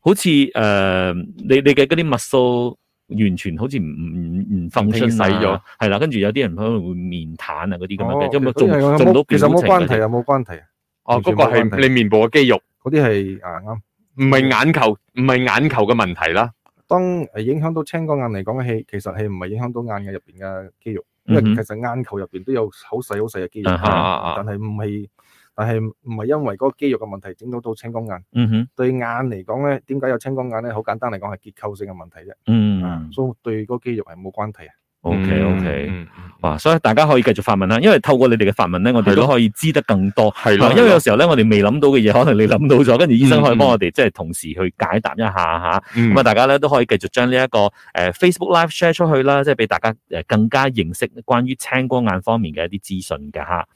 S1: 好似誒、呃你你嘅嗰啲 muscle 完全好似唔唔唔唔
S2: 清
S1: function 啊
S2: 洗咗，
S1: 係啦。跟住有啲人可能會面癱啊嗰啲咁樣嘅，因為
S3: 哦
S1: 做
S3: 嗰啲係
S1: 做唔到
S3: 其實冇
S1: 表
S3: 關
S1: 情
S3: 係
S1: 嘅。
S3: 啊，冇關係啊。
S2: 哦，
S3: 完全
S2: 嗰個
S3: 冇問題
S2: 係你面部嘅肌肉，
S3: 嗰啲係啊啱。
S2: 唔係眼球，唔係眼球嘅問題啦。
S3: 當誒影響到青光眼嚟講，係其實係唔係影響到眼嘅入邊嘅肌肉，因為
S1: 嗯哼
S3: 其實眼球入邊都有好細好細嘅肌肉，
S1: 啊哈
S2: 啊
S3: 但係唔係，但係唔係因為嗰個肌肉嘅問題整到到青光眼。
S1: 嗯哼，
S3: 對眼嚟講咧，點解有青光眼咧？好簡單嚟講係結構性嘅問題啫，啊
S1: 嗯
S3: 所以對嗰個肌肉係冇關係啊。
S1: ，OK OK。
S2: 嗯嗯嗯
S1: 哇！所以大家可以繼續發問啦，因為透過你哋嘅發問咧，我哋
S2: 係
S1: 都
S2: 咯
S1: 可以知得更多。
S2: 系咯，
S1: 啊因為有時候咧，我哋未諗到嘅嘢，可能你諗到咗，跟住醫生
S3: 嗯
S1: 可以幫我哋即係同時去解答一下吓。
S2: 嗯
S1: 咁啊，大家咧都可以繼續將呢一個誒 Facebook Live share 出去啦，即係俾大家誒更加認識關於青光眼方面嘅一啲資訊㗎吓。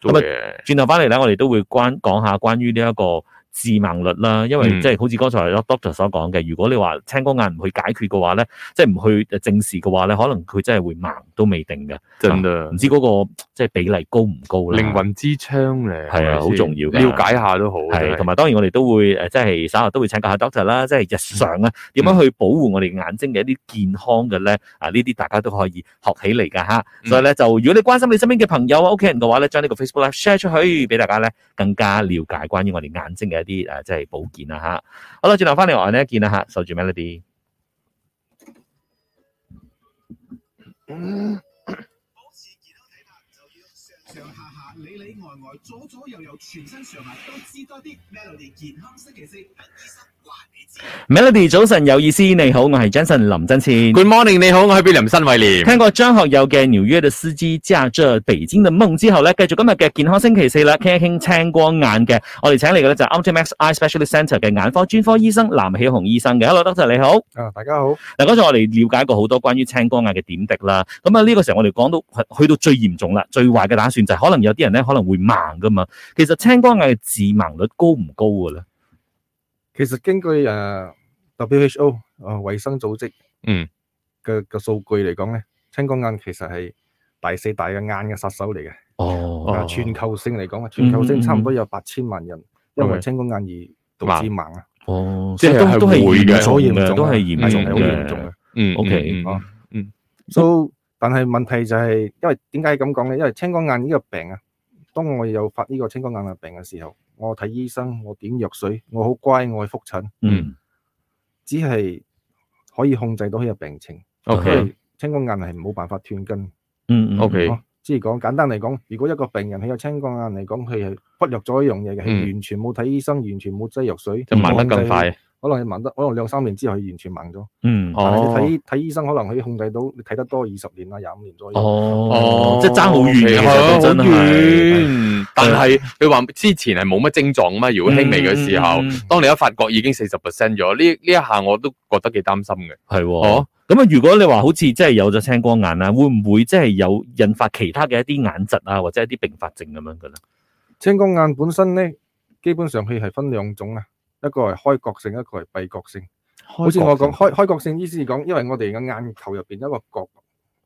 S2: 做嘢
S1: 轉頭翻嚟咧，我哋都會關講下關於呢一個致盲率啦，因為
S2: 嗯
S1: 即係好似剛才 doctor 所講嘅，如果你話青光眼唔去解決嘅話咧，即係唔去正視嘅話咧，可能佢真係會盲都未定嘅，
S2: 真啊
S1: 唔，知嗰、個即係比例高唔高啦。
S2: 靈魂之窗嚟，
S1: 係啊
S2: 係咪先
S1: 好重要㗎
S2: 了解下都好，
S1: 係，
S2: 真
S1: 同
S2: 係
S1: 埋當然我哋都會誒，即係稍後都會請教下 doctor 啦，即係日常啊點樣去保護我哋眼睛嘅一啲健康嘅咧啊，呢啲大家都可以學起嚟㗎吓。
S2: 嗯
S1: 所以咧就如果你關心你身邊嘅朋友啊、屋企人嘅話咧，將呢個 Facebook Live share 出去俾大家咧更加了解關於我哋眼睛嘅一啲誒即係保健啊吓。好啦，轉頭翻嚟我哋咧見啦吓，守住 Melody。
S4: 保持健康體魄就要上上下下里里外外左左右右全身上下都知多啲 Melody 健康星期四等醫生話你知。
S1: Melody 早晨有意思，你好，我係 Jason 林真倩。
S2: Good morning，你好，我係 William 新偉廉。
S1: 聽過張學友嘅《紐約嘅司機駕着北京嘅夢》之後咧，繼續今日嘅健康星期四啦，傾一傾青光眼嘅。我哋請嚟嘅咧就係 Optimax Eye Specialist Centre 嘅眼科專科醫生藍喜雄醫生嘅。Hello，doctor 你好。
S3: 啊，大家好，
S1: 嗱，剛才我哋了解過好多關於青光眼嘅點滴啦。咁啊，呢個時候我哋講到去到最嚴重啦，最壞嘅打算就係可能有啲人咧可能會盲噶嘛。其實青光眼嘅致盲率高唔高嘅咧？
S3: 其實根據誒、呃 WHO 啊衞生組織
S2: 嗯
S3: 嘅嘅數據嚟講咧，青光眼其實係第四大嘅眼嘅殺手嚟嘅。
S1: 哦
S3: 啊，全球性嚟講啊，全球性差唔多有八千萬人因為青光眼而導致盲啊，
S1: 哦，
S2: 即係
S1: 所以都都係
S2: 係會嘅
S1: 嚴重
S3: 所以嚴
S1: 嘅，
S3: 重
S1: 都係
S3: 嘅
S1: 嚴重
S3: 係好嚴重
S1: 嘅
S3: 嘅。
S2: 嗯
S1: OK，
S2: 嗯嗯
S3: 哦 So，但係問題就係，因為點解咁講咧？因為青光眼呢個病啊，當我有發呢個青光眼嘅病嘅時候，我睇醫生，我點藥水，我好乖，我去覆診，
S1: 嗯
S3: 只係可以控制到佢嘅病情，因
S2: OK，
S3: 為青光眼係冇辦法斷根。
S1: 嗯嗯
S2: OK
S3: 哦即係講簡單嚟講，如果一個病人佢有青光眼嚟講，佢係忽略咗一樣嘢嘅，
S2: 嗯
S3: 係完全冇睇醫生，完全冇劑藥水，
S2: 就盲得更快。
S3: 可能佢盲得，可能兩三年之後佢完全盲咗。
S1: 嗯
S3: 但係
S2: 哦
S3: 你睇睇醫生，可能可以控制到你睇得多二十年啦、廿五年左右。
S1: 哦，即係爭好遠嘅，其
S2: 係啊
S1: 實都真
S2: 好
S1: 係。
S2: 遠但係佢話之前係冇乜症狀嘛，如果輕微嘅時候，
S1: 嗯
S2: 當你一發覺已經四十 percent 咗，呢呢一下我都覺得幾擔心嘅。
S1: 係喎
S2: 哦。
S1: 咁啊，如果你話好似真係有咗青光眼啦，會唔會即係有引發其他嘅一啲眼疾啊，或者一啲併發症咁樣嘅咧？
S3: 青光眼本身咧，基本上佢係分兩種啊，一個係開角性，一個係閉角性。好似我講開開角性，意思係講，因為我哋嘅眼球入邊有一個角，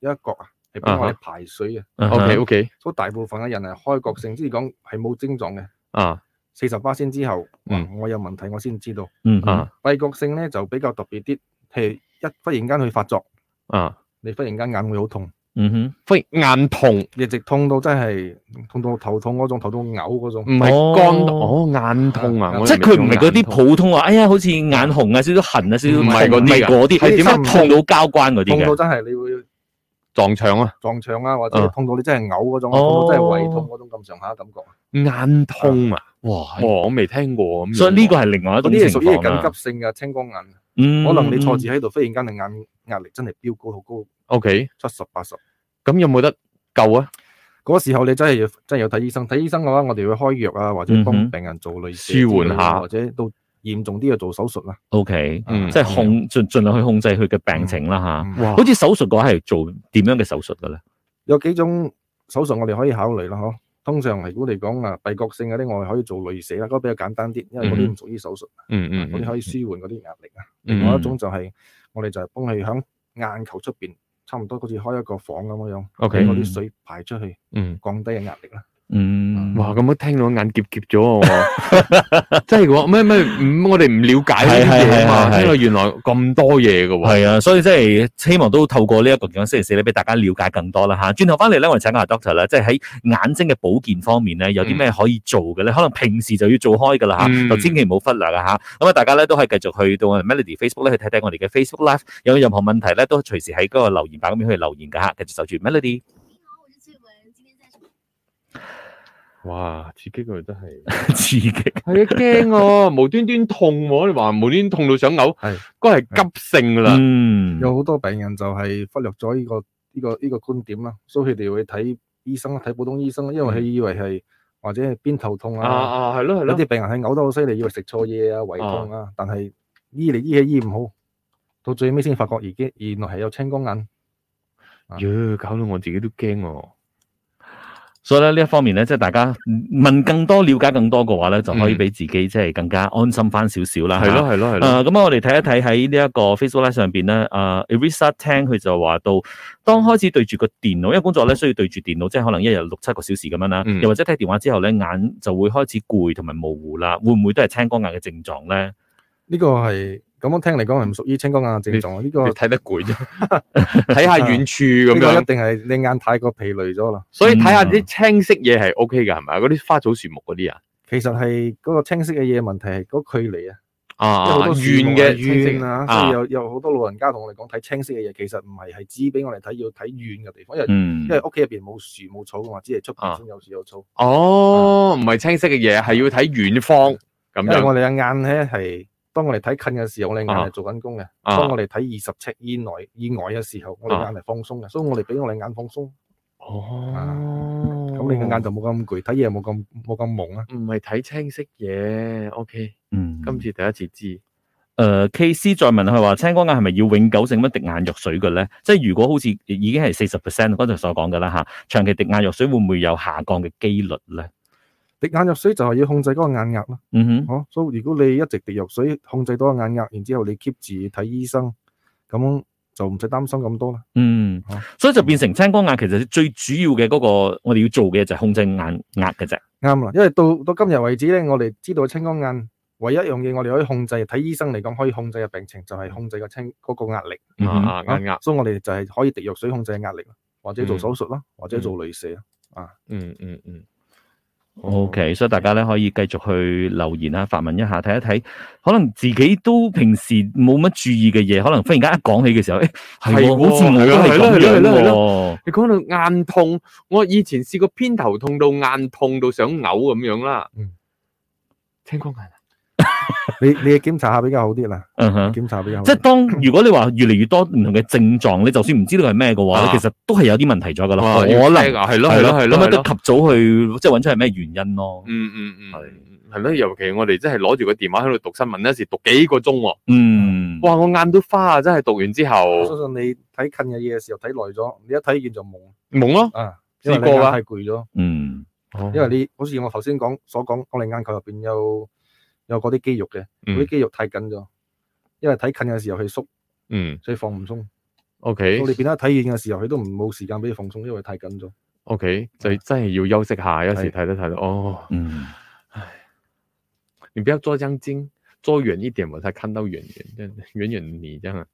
S3: 有一角啊，係俾我
S2: 啊
S3: 哋排水嘅。
S1: 嗯 Uh-huh。
S2: ，OK OK
S3: 所以大部分嘅人係開角性，即係講係冇症狀嘅。
S2: 啊
S3: 四十巴先之後，
S2: 嗯
S3: 哇我有問題我先知道。
S1: 嗯哼
S2: 啊
S3: 閉角性咧就比較特別啲，係一忽然間去發作，
S2: 啊，
S3: 你忽然間眼會好痛，
S1: 嗯哼，
S2: 忽然眼痛，
S3: 一直痛到真係痛到頭痛嗰種，頭到嘔嗰種
S2: 唔。係乾哦眼痛啊，
S3: 啊
S2: 我以
S1: 即
S2: 為
S1: 係佢唔係嗰
S2: 眼
S1: 啲
S2: 痛
S1: 普通話，哎呀，好似眼紅啊，少少痕啊，少少
S2: 唔係
S1: 痛
S2: 嗰啲
S1: 唔係
S2: 㗎
S1: 嗰啲，
S3: 係點啊
S1: 即係痛到交關嗰
S3: 痛
S1: 啲
S3: 到
S1: 嘅。
S3: 真係你會
S2: 撞牆啊，
S3: 撞牆啊，或者
S2: 啊
S3: 痛到你真係嘔嗰種，
S1: 哦
S3: 痛到真係胃痛嗰種咁上下嘅感覺。
S2: 眼痛啊，
S1: 哇
S2: 哇，！我未聽過咁樣。
S1: 所以呢個係另外一
S3: 嗰
S1: 種
S3: 啲係
S1: 情
S3: 屬於
S1: 況啦
S3: 緊。急性嘅青光眼，
S1: 嗯
S3: 可能你坐住喺度，忽然間你眼壓力真係飆高好高，
S2: OK，
S3: 七十八十。
S2: 咁有冇得救啊？
S3: 嗰時候你真係要真係要睇醫生，睇醫生嘅話，我哋會開藥啊，或者幫
S1: 嗯哼
S3: 病人做類似啊
S2: 舒緩下
S3: 或者到嚴重啲就做手術啦。啊
S1: OK，
S2: 嗯
S1: 即係控盡盡量去控制佢嘅病情啦吓。
S3: 嗯
S2: 哇
S1: 好似手術嘅話係做點樣嘅手術嘅咧？
S3: 有幾種手術我哋可以考慮啦，嗬。通常嚟估嚟講啊，閉角性嗰啲我哋可以做類死啦，嗰個比較簡單啲，因為嗰啲唔屬於手術，啊
S2: 嗯嗯，
S3: 嗰啲可以舒緩嗰啲壓力啊。
S2: 嗯
S3: 另外一種就係我哋就係幫佢響眼球出邊，差唔多好似開一個房咁樣，俾
S2: OK，
S3: 嗰啲水排出去，
S2: 嗯。
S3: 降低嘅壓力啦。
S1: 嗯，
S2: 哇！咁樣聽到眼澀澀咗啊我，真係喎，咩咩唔我哋唔了解呢
S1: 係
S2: 啲嘢啊
S1: 係係係
S2: 嘛，聽到原來咁多嘢嘅喎。
S1: 系啊，所以即係希望都透過呢一個健康星期四咧，俾大家了解更多啦吓。轉頭翻嚟咧，我哋請教下 doctor 啦，即係喺眼睛嘅保健方面咧，有啲咩可以做嘅咧？可能平時就要做開噶啦吓，
S2: 嗯
S1: 就千祈唔好忽略啊吓。咁啊，大家咧都可以繼續去到我哋 Melody Facebook 咧去睇睇我哋嘅 Facebook Live，有任何問題咧都隨時喺嗰個留言板咁樣去留言噶吓，繼續守住 Melody。
S5: 你好，我是翠文，今天在什么？
S2: 哇！刺激佢真係，
S1: 刺激，
S2: 係啊驚啊！無端端痛喎，你話無端端痛到想嘔
S3: 係，
S1: Ừ.
S2: 嗰係急性㗎啦。
S1: 嗯，
S3: 有好多病人就係忽略咗呢個呢呢、個呢、個觀點啦，所以佢哋會睇醫生啦，睇普通醫生啦，因為佢以為係或者係邊頭痛
S2: 啊
S3: 啊，
S2: 啊，系咯系
S3: 有
S2: 咯
S3: 啲，病人係嘔得好犀利，以為食錯嘢啊、胃痛啊，但係醫嚟醫去醫唔好，到最尾先發覺而家原來係有青光眼。
S2: 哟，搞到我自己都惊喎。
S1: 所以咧呢一方面咧，即係大家問更多、了解更多嘅話咧，就可以
S2: 嗯
S1: 俾自己即係更加安心翻少少啦。
S2: 系
S1: 嚇
S2: 咯系咯系
S1: 诶，
S2: 咯，
S1: 咁、我哋睇一睇喺呢一個 Facebook Live 上邊咧，誒 Erisa 聽佢就話到，當開始對住個電腦，因為工作咧需要對住電腦，即係可能一日六七個小時咁樣啦，
S2: 嗯
S1: 又或者睇電話之後咧，眼就會開始攰同埋模糊啦，會唔會都係青光眼嘅症狀咧？
S3: 呢個係咁樣聽嚟講係唔屬於青光眼嘅症狀，呢、個
S2: 你
S3: 呢
S2: 睇得攰 啫，睇下遠處咁
S3: 個一
S2: 樣，
S3: 定係你眼太過疲累咗啦。
S2: 所以睇下啲青色嘢係 O K 㗎，係咪？嗰啲花草樹木嗰啲啊，
S3: 其實係嗰個清晰嘅嘢問題係嗰個距離啊，
S2: 啊
S3: 因為好
S2: 啊
S3: 多
S2: 遠嘅
S3: 遠啊，
S2: 啊
S3: 所以有有好多老人家同我哋講睇清晰嘅嘢，其實唔係係指俾我哋睇，要睇遠嘅地方，因為、
S1: 嗯
S3: 因，為屋企入邊冇樹冇草嘅嘛，只係出邊先有樹有草。
S2: 哦，唔係青色嘅嘢，係要睇遠方咁
S3: 因為
S2: 樣
S3: 我哋嘅眼咧係當我哋睇近嘅時候，我哋眼
S2: 啊
S3: 係做緊工嘅；
S2: 啊
S3: 當我哋睇二十尺以內以外嘅時候，我哋眼係放鬆嘅，所以我哋俾我哋眼放鬆，
S2: 哦，
S3: 咁你嘅眼就冇咁攰，睇嘢冇咁冇咁朦啦。
S2: 唔係睇青色嘢，O K，
S1: 嗯，
S2: 今次第一次知，
S1: 誒、K 呃 C 再問佢話青光眼係咪要永久性咁樣滴眼藥水嘅咧？即係如果好似已經係四十 percent 嗰陣所講嘅啦嚇，長期滴眼藥水會唔會有下降嘅機率咧？
S3: 滴眼藥水就係要控制嗰個眼壓啦。
S1: 嗯哼，
S3: 哦，所以如果你一直滴藥水控制到個眼壓，然之後你 keep 住睇醫生，咁就唔使擔心咁多啦。
S1: 嗯
S2: 哦
S3: 好，
S1: 所以就變成青光眼其實最主要嘅嗰、個我哋要做嘅就係控制眼壓嘅啫。
S3: 啱啦，因為到到今日為止咧，我哋知道青光眼唯一一樣嘢我哋可以控制，睇醫生嚟講可以控制嘅病情就係控制個青嗰個壓力。
S1: 嗯哼
S2: 啊啊眼壓，
S3: 所以我哋就係可以滴藥水控制壓力啦，或者做手術啦，或者做镭射啊。
S2: 嗯嗯嗯哦
S1: O K，所以大家咧可以繼續去留言啊，發問一下，睇一睇，可能自己都平時冇乜注意嘅嘢，可能忽然間一講起嘅時候，誒係
S2: 係
S1: 喎，好似我都
S2: 喎
S1: 係
S2: 係咯
S1: 咁樣
S2: 係咯係
S1: 喎。
S2: 你講到眼痛，我以前試過偏頭痛到眼痛到想嘔咁樣啦。
S3: 嗯
S2: 青光眼啊
S3: 你你檢查下比較好啲啦，
S1: 嗯哼，
S3: 檢查比較好啲。
S1: 即係當如果你話越嚟越多唔同嘅症狀，你就算唔知道係咩嘅話，
S2: 啊
S1: 你其實都係有啲問題咗㗎啦，
S2: 哇
S1: 可
S2: 要
S1: 能
S2: check 啊係咯係咯係咯
S1: 咁啊
S2: 係
S1: 都
S2: 咯
S1: 及早去即係揾出係咩原因咯。
S2: 嗯嗯嗯，
S1: 係
S2: 係係咯，尤其我哋真係攞住個電話喺度讀新聞，有時讀幾個鐘喎，
S1: 嗯，
S2: 哇！我眼都花啊，真係讀完之
S3: 我
S2: 後
S3: 相信你睇近嘅嘢嘅時候睇耐咗，你一睇見就蒙
S2: 懵咯，
S3: 啊，因為
S2: 試
S3: 你
S2: 過
S3: 眼
S2: 㗎
S3: 太攰咗。
S1: 嗯，
S2: 哦
S3: 因為你好似我頭先講所講，我哋眼球入邊有有嗰啲肌肉嘅，
S2: 嗯
S3: 嗰啲肌肉太緊咗，因為睇近嘅時候佢縮，
S2: 嗯
S3: 所以放唔鬆。
S2: ，OK
S3: 到你變得睇遠嘅時候，佢都唔冇時間俾你放鬆，因為太緊咗。
S2: OK，就真係要休息下，有時睇得睇得哦。
S1: 嗯，
S2: 你不要坐將近，坐遠一點，我才看到遠遠，這樣遠遠的你這樣啊。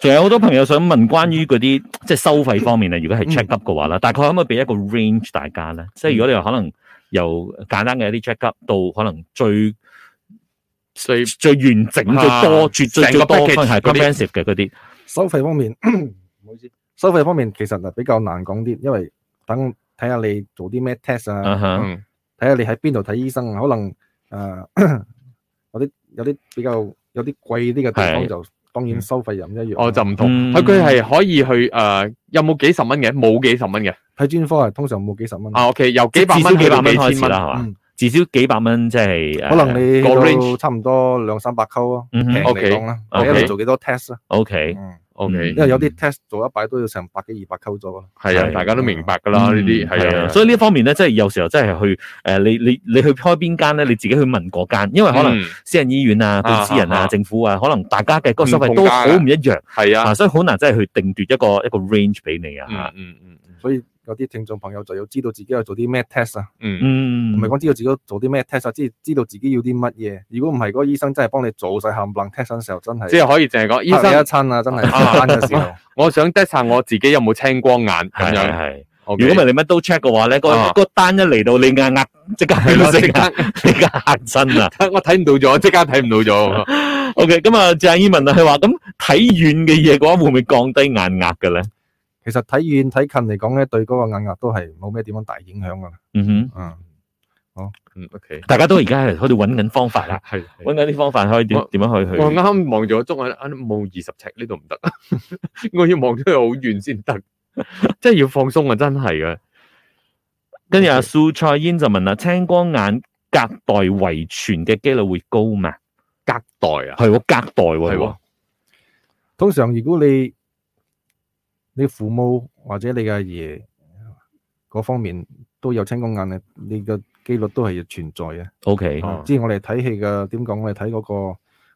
S1: 仲有好多朋友想問關於嗰啲即係收費方面啊，如果係
S2: 嗯
S1: check up 嘅話啦，大概可唔可以俾一個 range 大家咧？即係如果你話可能由簡單嘅一啲 check up 到可能最
S2: 最
S1: 最完整、
S2: 嗯啊
S1: 最多、絕最
S2: 成個
S1: 最多
S2: package
S1: 係
S2: 嗰啲
S1: comprehensive 嘅嗰啲，
S3: 收費方 面，唔好意思，收費方面其實就比較難講啲，因為等睇下你做啲咩 test
S1: 啊
S3: 啊，
S1: 哈，
S2: 嗯
S3: 睇下你喺邊度睇醫生啊，可能誒、呃 有啲有啲比較有啲貴啲嘅地
S1: 係
S3: 方就當然收費又唔一樣啦。
S2: 哦就唔同，
S1: 嗯
S2: 佢佢係可以去誒、呃有冇幾十蚊嘅？冇幾十蚊嘅。
S3: 睇專科係通常冇幾十蚊。
S2: 啊，OK，由幾百
S1: 至
S2: 蚊
S1: 少幾
S2: 去
S1: 百
S2: 到
S1: 蚊
S2: 幾
S1: 開
S2: 千
S1: 始
S2: 蚊
S1: 啦，。係嘛
S3: 嗯？
S1: 至少幾百蚊即係
S3: 可能你
S2: 個
S3: 去到
S2: range
S3: 差唔多兩三百溝咯，
S1: 嗯
S3: 平
S1: 哼
S3: 嚟講啦，
S1: OK，
S3: 睇下
S1: OK
S3: 你做幾多 test 啦。
S1: OK，
S3: 嗯，
S2: OK，
S1: 嗯
S3: 因為有啲 test 做一百都要成百幾二百溝咗啦。
S2: 係啊，
S1: 係
S2: 大家都明白㗎啦，呢啲係啊，
S1: 嗯所以呢一方面咧，即係有時候真係去誒，你你你去開邊間咧，你自己去問嗰間，因為可能
S2: 嗯
S1: 私人醫院啊、到私人
S2: 啊啊
S1: 啊、
S2: 啊
S1: 政府啊，可能大家嘅嗰個收費都
S2: 唔同價
S1: 好
S2: 㗎
S1: 唔一樣。
S2: 係啊
S1: 啊，，所以好難真係去定奪一個一個 range 俾你啊
S2: 嗯
S1: 嚇。
S2: 嗯嗯嗯
S3: 所以有啲聽眾朋友就要知道自己要做啲咩 test 啊，
S2: 嗯，
S1: 嗯，
S3: 唔係講知道自己做啲咩 test 啊，知知道自己要啲乜嘢。如果唔係，嗰個醫生真係幫你做晒冚唪唥 test 嘅時候，真係
S2: 即係可以淨係講醫
S3: 黑你一
S2: 生，
S3: 餐啊，真係
S2: 啊
S3: 翻嘅時候。
S2: 我想 test 下我自己有冇青光眼咁
S1: 係係
S2: 樣。
S1: 係。
S2: OK
S1: 如果唔係你乜都 check 嘅話咧，
S2: 啊
S1: 嗰個單一嚟到你壓壓即 刻
S2: 係
S1: 係咯，
S2: 咯，即
S1: 即刻
S2: 刻
S1: 即刻嚇親啊！
S2: 我睇唔到咗，即刻睇唔到咗。
S1: OK，咁啊，鄭依文啊，佢話咁睇遠嘅嘢嘅話，會唔會降低眼壓嘅咧？
S3: 其實睇遠睇近嚟講咧，對嗰個眼壓都係冇咩點樣大影響噶啦。
S1: 嗯哼，
S3: 嗯，
S2: 嗯，OK，
S1: 大家都而家係喺度揾緊方法啦，
S2: 係係
S1: 揾緊啲方法可以點
S2: 我
S1: 點樣去去。
S2: 我啱啱望咗個鐘啊，冇二十尺呢度唔得， 我要望咗佢好遠先得，即係要放鬆啊，真係嘅。
S1: 跟住阿蘇蔡煙就問啦，青光眼隔代遺傳嘅機率會高嘛？
S2: 隔代啊，
S1: 係喎，隔代喎，
S2: 係
S1: 係
S2: 喎
S1: 喎，
S3: 通常如果你你父母或者你嘅阿爺嗰方面都有青光眼嘅，你嘅機率都係存在嘅。
S1: OK，
S2: 哦
S3: 啊之前我哋睇戲嘅點講？我哋睇嗰個，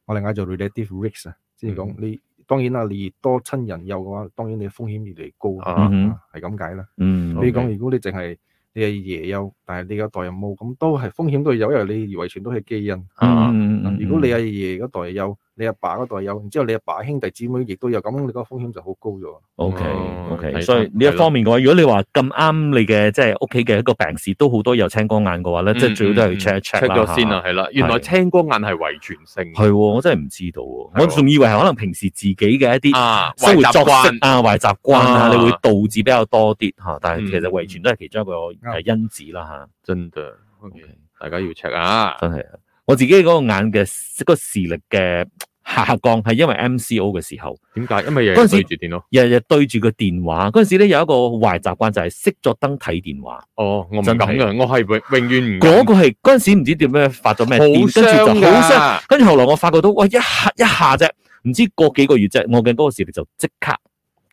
S3: 我哋嗌做 relative risk 啊，即係講
S2: 嗯
S3: 你當然啦，你越多親人有嘅話，當然你風險越嚟越高
S2: 啊
S3: 啊，係咁解啦。
S1: 嗯
S3: 你
S2: OK
S3: 講如果你淨係你阿爺有，但係你嘅代人冇，咁都係風險都有，因為你遺傳都係基因。
S2: 啊，
S1: 嗯嗯
S3: 如果你阿爺嗰代有，你阿爸嗰代有，然之後你阿爸兄弟姊妹亦都有，咁你個風險就好高咗。
S1: OK
S2: 哦
S1: OK，
S2: 係
S1: 所以
S2: 係
S1: 呢一方面嘅話，如果你話咁啱你嘅即係屋企嘅一個病史都好多有青光眼嘅話咧，
S2: 嗯
S1: 即係最好都係
S2: 嗯
S1: check 一
S2: check
S1: check 啦
S2: 咗先啊，。係啦，原來
S1: 係
S2: 青光眼係遺傳性
S1: 係喎，我真係唔知道喎，
S2: 係喎
S1: 我仲以為係可能平時自己嘅一啲
S2: 啊，
S1: 生活
S2: 壞習
S1: 作息
S2: 慣
S1: 啊、壞習慣
S2: 啊
S1: 啊，你會導致比較多啲嚇，但
S2: 嗯
S1: 係其實遺傳都係其中一個誒因子啦嚇。
S2: 真嘅，OK，大家要 check 啊，
S1: 真係啊！我自己嗰個眼嘅嗰個視力嘅下降係因為 MCO 嘅時候，
S2: 點解？因為日
S1: 嗰
S2: 日
S1: 陣時
S2: 對住電腦。
S1: 日日對住個電話嗰陣時咧，有一個壞習慣就係熄咗燈睇電話。
S2: 哦，我唔敢
S1: 真係
S2: 噶，我係永永遠唔敢
S1: 嗰、個係嗰陣時唔知點樣發咗咩
S2: 嗯好
S1: 癲，跟住就
S2: 傷
S1: 好傷。
S2: 噶，
S1: 跟住後來我發覺到，哇！一下一下啫，唔知過幾個月啫，我嘅嗰個視力就即刻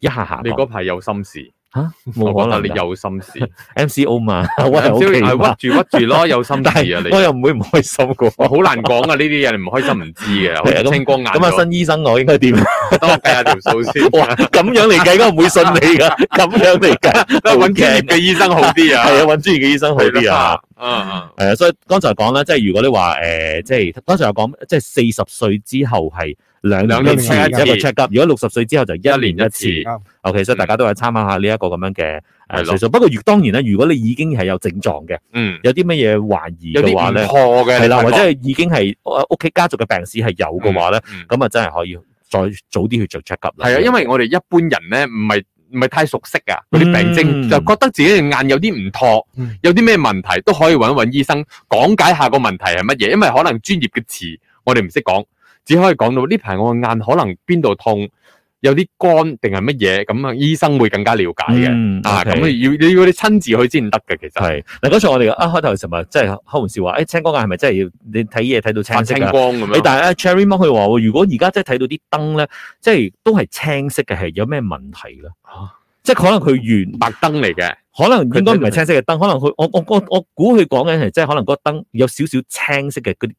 S1: 一下下降。
S2: 你嗰排有心事，
S1: 冇可
S2: 我
S1: 能
S2: 覺得你
S1: 㗎
S2: 有心事，
S1: MCO 嘛，我係啊 OK 嘛
S2: 係啊屈住屈住咯，有心
S1: 但
S2: 事啊你
S1: 係。我又唔會唔開心嘅
S2: 我
S1: 喎。
S2: 好難講啊！呢啲嘢你唔開心唔知嘅，好
S1: 係啊
S2: 似
S1: 咁
S2: 青光眼
S1: 咁啊，新醫生我應該點？
S2: 新等我計下條數先。
S1: 哇，咁樣嚟計，我唔會信你 㗎。咁樣嚟計，
S2: 都係
S1: 好
S2: 揾專業
S1: 驚
S2: 嘅醫生好啲啊，
S1: 系啊，揾專業嘅醫生好啲啊。
S2: 係啦！啊，
S1: 係啊，所以剛才講啦，即係如果你話诶、呃即係剛才有講，即係四十歲之後係兩
S2: 兩
S1: 年一
S3: 年
S1: 次
S3: 一
S2: 次
S1: 一個 check up，如果六十歲之後就一
S2: 一年
S1: 年
S2: 一
S1: 一
S2: 次
S1: 次。
S3: 啱
S1: OK，所以大家都係參考下呢一個咁樣嘅
S2: 係
S1: 诶
S2: 咯
S1: 歲數。不過，如當然啦，如果你已經係有症狀嘅，
S2: 嗯，
S1: 有啲乜嘢懷疑
S2: 有啲
S1: 嘅話
S2: 唔
S1: 咧，
S2: 錯嘅，
S1: 係啦，
S2: 你
S1: 或
S2: 發
S1: 者
S2: 覺
S1: 係已經係呃屋企家族嘅病史係有嘅話咧，
S2: 嗯
S1: 咁啊真係可以再早啲去做 check up 啦。
S2: 係啊，因為我哋一般人咧唔係。唔係太熟悉啊，嗰啲病徵
S1: 嗯
S2: 就覺得自己隻眼有啲唔妥
S3: 嗯，
S2: 有啲咩問題都可以揾揾醫生講解下個問題係乜嘢，因為可能專業嘅詞我哋唔識講，只可以講到呢排我個眼可能邊度痛，有啲乾定係乜嘢，咁啊醫生會更加了解嘅。
S1: 嗯
S2: 啊，
S1: OK
S2: 咁你要你要你親自去先得嘅，其實
S1: 係嗱，剛才我哋一開頭尋日即係開玩笑話，誒青光眼係咪真係要你睇嘢睇到
S2: 發
S1: 青色
S2: 青
S1: 啊？
S2: 光咁
S1: 你
S2: 樣。
S1: 但係啊 Cherry Mon 佢話喎，如果而家即係睇到啲燈咧，即係都係青色嘅，係有咩問題咧？即係可能佢原
S2: 白燈嚟嘅，
S1: 可能應該唔係青色嘅燈，可能佢我我我我估佢講緊係即係可能嗰個燈有少少青色嘅嗰啲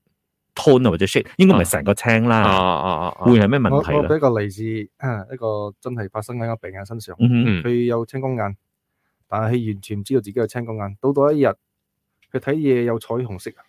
S1: tone 啊或者 shade，應該唔係成個青
S2: 啊
S1: 啦，
S2: 啊啊啊！
S1: 會係咩
S3: 我
S1: 問題
S3: 我
S1: 咧？
S3: 比較嚟自啊一個真係發生喺個病人身上，
S1: 嗯哼，
S2: 嗯
S3: 佢有青光眼，但係佢完全唔知道自己有青光眼。到到一日，佢睇嘢有彩虹色，啊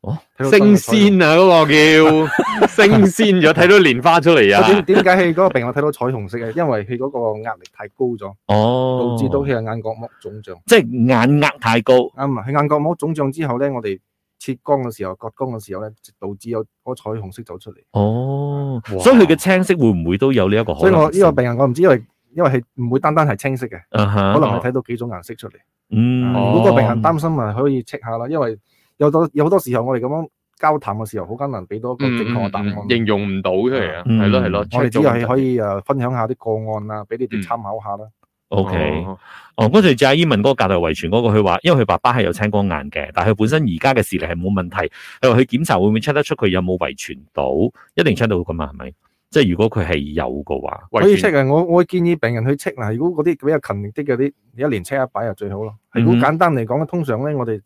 S2: 哇，
S3: 睇到燈
S2: 升
S3: 有彩虹
S2: 仙啊嗰個叫升仙咗，睇到蓮花出嚟
S3: 我點
S2: 啊！
S3: 點解佢嗰個病我睇到彩虹色嘅？因為佢嗰個壓力太高咗，
S1: 哦
S3: 導，致到佢嘅眼角膜腫脹。
S1: 即係眼壓太高，
S3: 啱啊！佢眼角膜腫脹之後咧，我哋切光嘅時候、割光嘅時候咧，導致有嗰彩虹色走出嚟。
S1: 哦
S2: 哇，
S1: 所以佢嘅青色會唔會都有呢一個
S3: 所
S1: 可
S3: 以我
S1: 能
S3: 呢
S1: 性？
S3: 個病人我唔知，因為因為係唔會單單係青色嘅，
S1: 啊哈
S3: 可能係睇到幾種顏色出嚟。
S1: 嗯，
S3: 啊如果個病人擔心啊，可以 check 下啦，因為有多有好多時候我哋咁樣交談嘅時候，好艱難俾到一個
S2: 嗯
S3: 正確
S2: 嗯
S3: 嘅答案
S2: 嗯。形容唔到出嚟啊，
S1: 嗯
S2: 係咯係咯，
S3: 我哋
S2: check
S3: 只
S2: 咗
S3: 係
S2: 問題
S3: 可以誒分享下啲個案啊，俾你
S2: 嗯
S3: 哋參考下啦。
S1: O K。
S2: 哦
S1: 哦，嗰陣就阿伊問嗰個隔代遺傳嗰個，佢話因為佢爸爸係有青光眼嘅，但係佢本身而家嘅視力係冇問題。佢話佢檢查會唔會 check 得出佢有冇遺傳到？一定 check 到噶嘛，係咪？即係如果佢係有嘅話，
S2: 遺
S3: 可以
S2: 傳
S3: check 嘅，我我會建議病人去 check 嗱，如果嗰啲比較勤力啲嗰啲，一年 check 一擺就最好咯。如果
S1: 嗯哼
S3: 簡單嚟講咧，通常咧我哋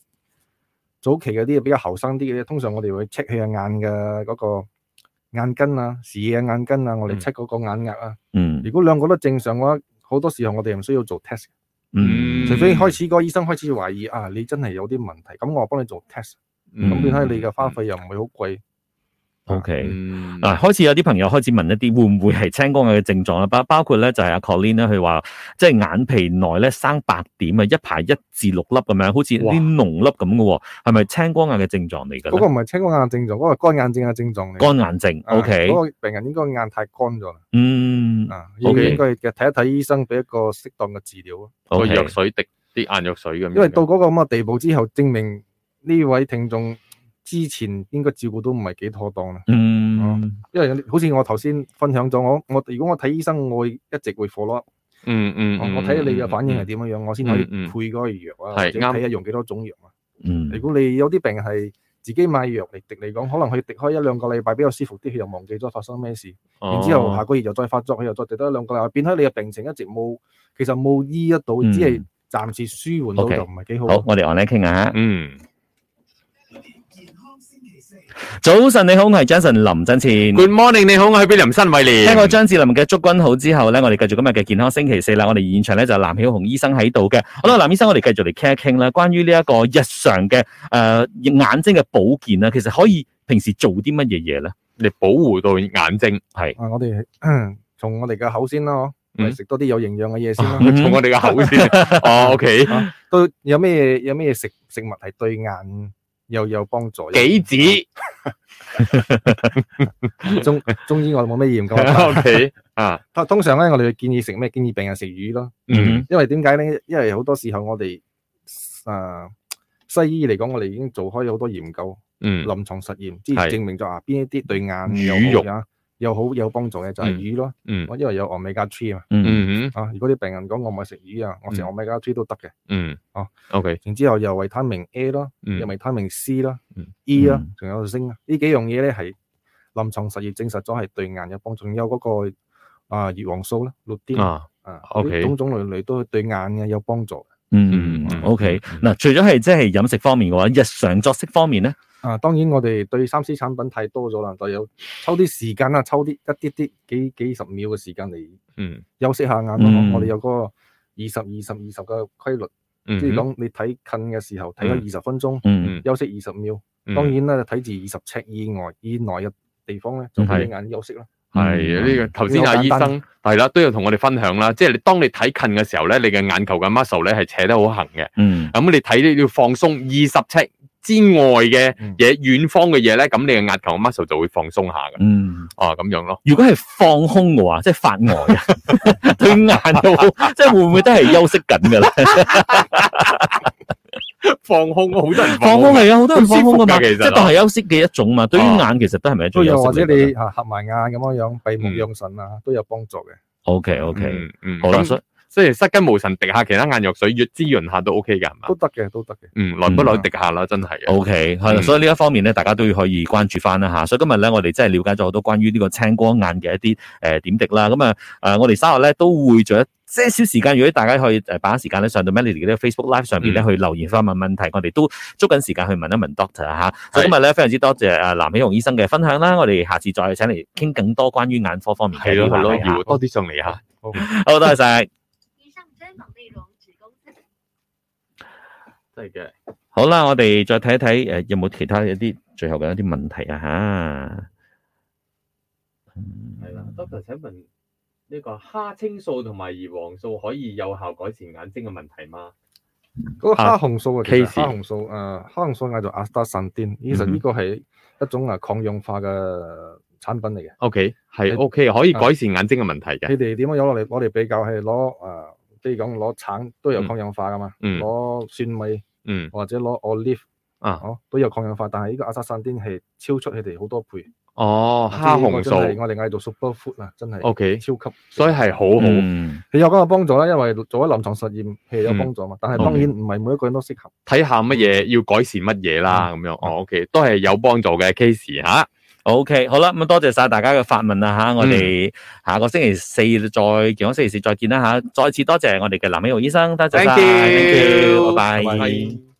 S3: 早期嗰啲比較後生啲嘅咧，通常我哋會 check 佢嘅眼嘅嗰個眼根啊、視野嘅眼根啊，我哋
S2: 嗯
S3: check 嗰個眼壓啊。
S1: 嗯
S3: 如果兩個都正常嘅話，好多時候我哋唔需要做 test，
S1: 嗯，
S3: 除非開始個醫生開始懷疑啊，你真係有啲問題，咁我幫你做 test，
S1: 嗯
S3: 咁
S1: 變
S3: 變睇你嘅花費又唔會好貴。
S1: O K。
S2: 嗯
S1: 嗱，啊開始有啲朋友開始問一啲會唔會係青光眼嘅症狀啦，包包括咧就係阿 Colin 咧，佢話即係眼皮內咧生白點啊，一排一至六粒咁樣，好似
S2: 哇
S1: 啲膿粒咁嘅喎，係咪青光眼嘅症狀嚟
S2: 嗯
S1: 㗎
S3: 嗰個
S1: 咧？
S3: 唔係青光眼症狀，嗰個乾眼症嘅啊症狀嚟。
S1: 乾眼症
S3: 啊
S1: ，O K，
S3: 嗰個病人應該眼太乾咗啦。
S1: 嗯
S3: 啊，要
S1: OK
S3: 應該嘅睇一睇醫生，俾一個適當嘅治療啊。
S2: 個
S1: ，O K，
S2: 藥水滴啲眼藥水咁樣嘅，
S3: 因為到嗰個咁嘅地步之後，證明呢位聽眾之前應該照顧都唔係幾妥當啦，
S1: 嗯，
S3: 因為有啲好似我頭先分享咗，我我如果我睇醫生，我會一直會 follow up，
S2: 嗯嗯，
S3: 我我睇下你嘅反應係
S2: 係
S3: 點樣樣，我先可以
S2: 嗯嗯
S3: 配嗰個藥啊，
S2: 係
S3: 或者
S2: 啱
S3: 睇下用幾多種藥啊。
S1: 嗯
S3: 如，果你有啲病係自己買藥嚟滴嚟講，可能佢滴開一兩個禮拜比較舒服啲，佢又忘記咗發生咩事，
S2: 哦
S3: 然之後下個月又再發作，佢又再滴多一兩個禮拜，變開你嘅病情一直冇，其實冇醫得到，
S1: 嗯
S3: 只係暫時舒緩到
S1: OK，
S3: 就唔係幾好。
S1: 好，我哋 online 傾下。
S2: 嗯，
S4: 健康星期四，
S1: 早晨你好，我係 Jason 林振前。
S2: Good morning，你好，我係 William 新偉廉。
S1: 聽過張智霖嘅祝君好之後咧，我哋繼續今日嘅健康星期四啦。我哋現場咧就有藍曉紅醫生喺度嘅。好啦，藍醫生，我哋繼續嚟傾一傾啦，關於呢一個日常嘅誒、呃眼睛嘅保健啊啦，其實可以平時做啲乜嘢嘢咧？
S2: 你保護到眼睛，
S3: 啊，我哋 從我哋嘅口先啦，嗬
S2: 嗯
S3: 咪食多啲有營養嘅嘢先啦。啊
S1: 嗯
S2: 從 我哋嘅口先。哦，OK，
S3: 都有咩有咩食食物係對眼又有幫助？
S2: 杞子
S3: 中中醫我冇咩研 究。
S2: ，OK，啊，
S3: 通通常咧，我哋會建議食咩？建議病人食魚咯。
S2: 嗯
S3: 因為點解咧？因為好多時候我哋啊西醫嚟講，我哋已經做開好多研究、
S2: 嗯，
S3: 臨床實驗，即
S2: 係
S3: 係證明咗啊邊一啲對眼
S2: 魚肉
S3: 有好啊又好有幫助嘅就係
S2: 嗯
S3: 魚咯。
S2: 嗯
S3: 我因為有 omega three 嘛，
S1: 嗯
S2: 嗯
S3: 啊如果啲病人講我唔係食魚啊，我
S2: 嗯
S3: 食 omega three 都得嘅。
S2: 嗯，
S3: 哦
S2: ，OK，
S3: 然之後又維他命 A 咯。有
S2: 嗯
S3: 維他命 C 啦
S2: 嗯、
S3: E 啦
S1: 嗯，
S3: 仲有鋅啦，呢幾樣嘢咧係臨床實驗證實咗係對眼有幫助，仲有嗰個啊葉黃素啦、綠甸
S2: 啊，
S3: 啊，
S2: OK
S3: 呢種種類類都對眼嘅有幫助。
S1: 嗯
S2: 嗯
S1: ，OK
S2: 嗯。
S1: 嗱，除咗係即係飲食方面嘅話，日常作息方面咧，
S3: 啊，當然我哋對三 C 產品太多咗啦，就有抽啲時間啦，抽啲一啲啲幾幾十秒嘅時間嚟
S2: 嗯
S3: 休息下眼咯。
S1: 嗯
S3: 我哋有嗰個二十二十二十嘅規律，
S2: 嗯，
S3: 即係講你睇近嘅時候睇咗
S2: 嗯
S3: 二十分鐘，
S1: 嗯
S3: 休息二十秒。
S2: 嗯
S3: 當然啦，睇住二十尺以外以內嘅地方咧，就俾你眼休息啦。
S1: 嗯啊
S2: 係呢個頭先
S3: 呢個
S2: 阿醫
S3: 簡單
S2: 生係啦，都有同我哋分享啦。即係你當你睇近嘅時候咧，你嘅眼球嘅 muscle 咧係扯得好行嘅。
S1: 嗯
S2: 咁你睇你要放鬆二十尺之外嘅
S3: 嗯
S2: 嘢，遠方嘅嘢咧，咁你嘅眼球嘅 muscle 就會放鬆下嘅。
S1: 嗯。
S2: 哦，咁樣咯。
S1: 如果係放空嘅話，即係發呆啊， 對眼又好，即係會唔會都係休息緊㗎啦？
S2: 放空，嗯好多 人
S1: 放空係啊，好多人放空㗎嘛，
S2: 好舒服㗎
S1: 即
S2: 其實
S1: 係當係休息嘅一種嘛。對於
S2: 啊
S1: 眼其實都係咪一
S3: 都
S1: 種休
S3: 有
S1: 息嚟
S3: 或
S1: 㗎
S3: 者
S1: 咧？
S3: 你啊合埋眼咁樣樣，閉目
S2: 嗯
S3: 養神啊，都有幫助嘅。
S1: OK OK，
S2: 嗯嗯，
S1: 好啦，
S2: 咁
S1: 所以
S2: 雖然失筋無神，滴下其他眼藥水，越滋潤下都 OK 嘅，係嘛
S3: 都？得嘅，都得嘅。
S2: 嗯，耐不耐滴下啦，真係嘅。
S1: OK 係啦，
S2: 嗯
S1: 所以呢一方面咧，大家都要可以關注翻啦吓。所以今日咧，我哋真係了解咗好多關於呢個青光眼嘅一啲誒、呃、點滴啦。咁啊誒，我哋稍後咧都會做一些少時間，如果大家可以誒把握時間咧，上到 Melody 嘅 Facebook Live 上面咧、去留言翻問問題，我哋都捉緊時間去問一問 Doctor 啊吓。所以今日咧非常之多謝呃誒藍喜雄醫生嘅分享啦。我哋下次再請嚟傾更多關於眼科方面嘅
S2: 係咯
S1: 話
S2: 係咯，
S1: 題啊
S2: 要多啲上嚟吓。
S1: 好多謝晒。
S5: 以上专访内容只供参考。
S2: 真係嘅。
S1: 好啦，我哋再睇一睇，诶、有冇其他一啲最後嘅一啲問題啊吓？
S2: 係啦，Doctor 請問呢個蝦青素同埋葉黃素可以有效改善眼睛嘅問題嗎？
S3: 嗰個蝦紅素啊，其實
S2: Casey
S3: 蝦紅素啊，蝦紅素嗌做阿斯達神甸，其實
S2: 嗯哼
S3: 呢個係一種啊抗氧化嘅產品嚟嘅。
S2: O K，係
S3: 係
S2: O K，可以改善眼睛嘅問題嘅。
S3: 佢哋點樣攞嚟攞嚟比較係攞啊，即係講攞橙都有
S2: 嗯
S3: 抗氧化噶嘛，
S2: 嗯
S3: 攞蒜米
S2: 嗯
S3: 或者攞 olive
S2: 啊，
S3: 哦都有抗氧化，但係呢個阿斯達神甸係超出佢哋好多倍。
S2: 哦，蝦紅素
S3: 即係呢
S2: 哦
S3: 個真係我哋嗌做 super food 啊，真係
S2: O K，
S3: 超級。
S2: 所以係好好
S1: 嗯
S3: 佢有嗰個幫助啦，因為做咗臨床實驗係
S2: 嗯
S3: 有幫助嘛。但係當
S1: OK
S2: 哦
S3: 然唔係每一個人都適合。
S2: 睇下乜嘢要改善乜嘢啦，咁樣哦 O K，都係有幫助嘅 case 吓。
S1: OK，好啦，咁多謝晒大家嘅發問啦吓，我哋下個星期四再健康星期四再見啦吓，再次多謝我哋嘅藍美容醫生，多謝晒
S2: Thank you
S1: ，thank you，拜拜。
S2: 拜拜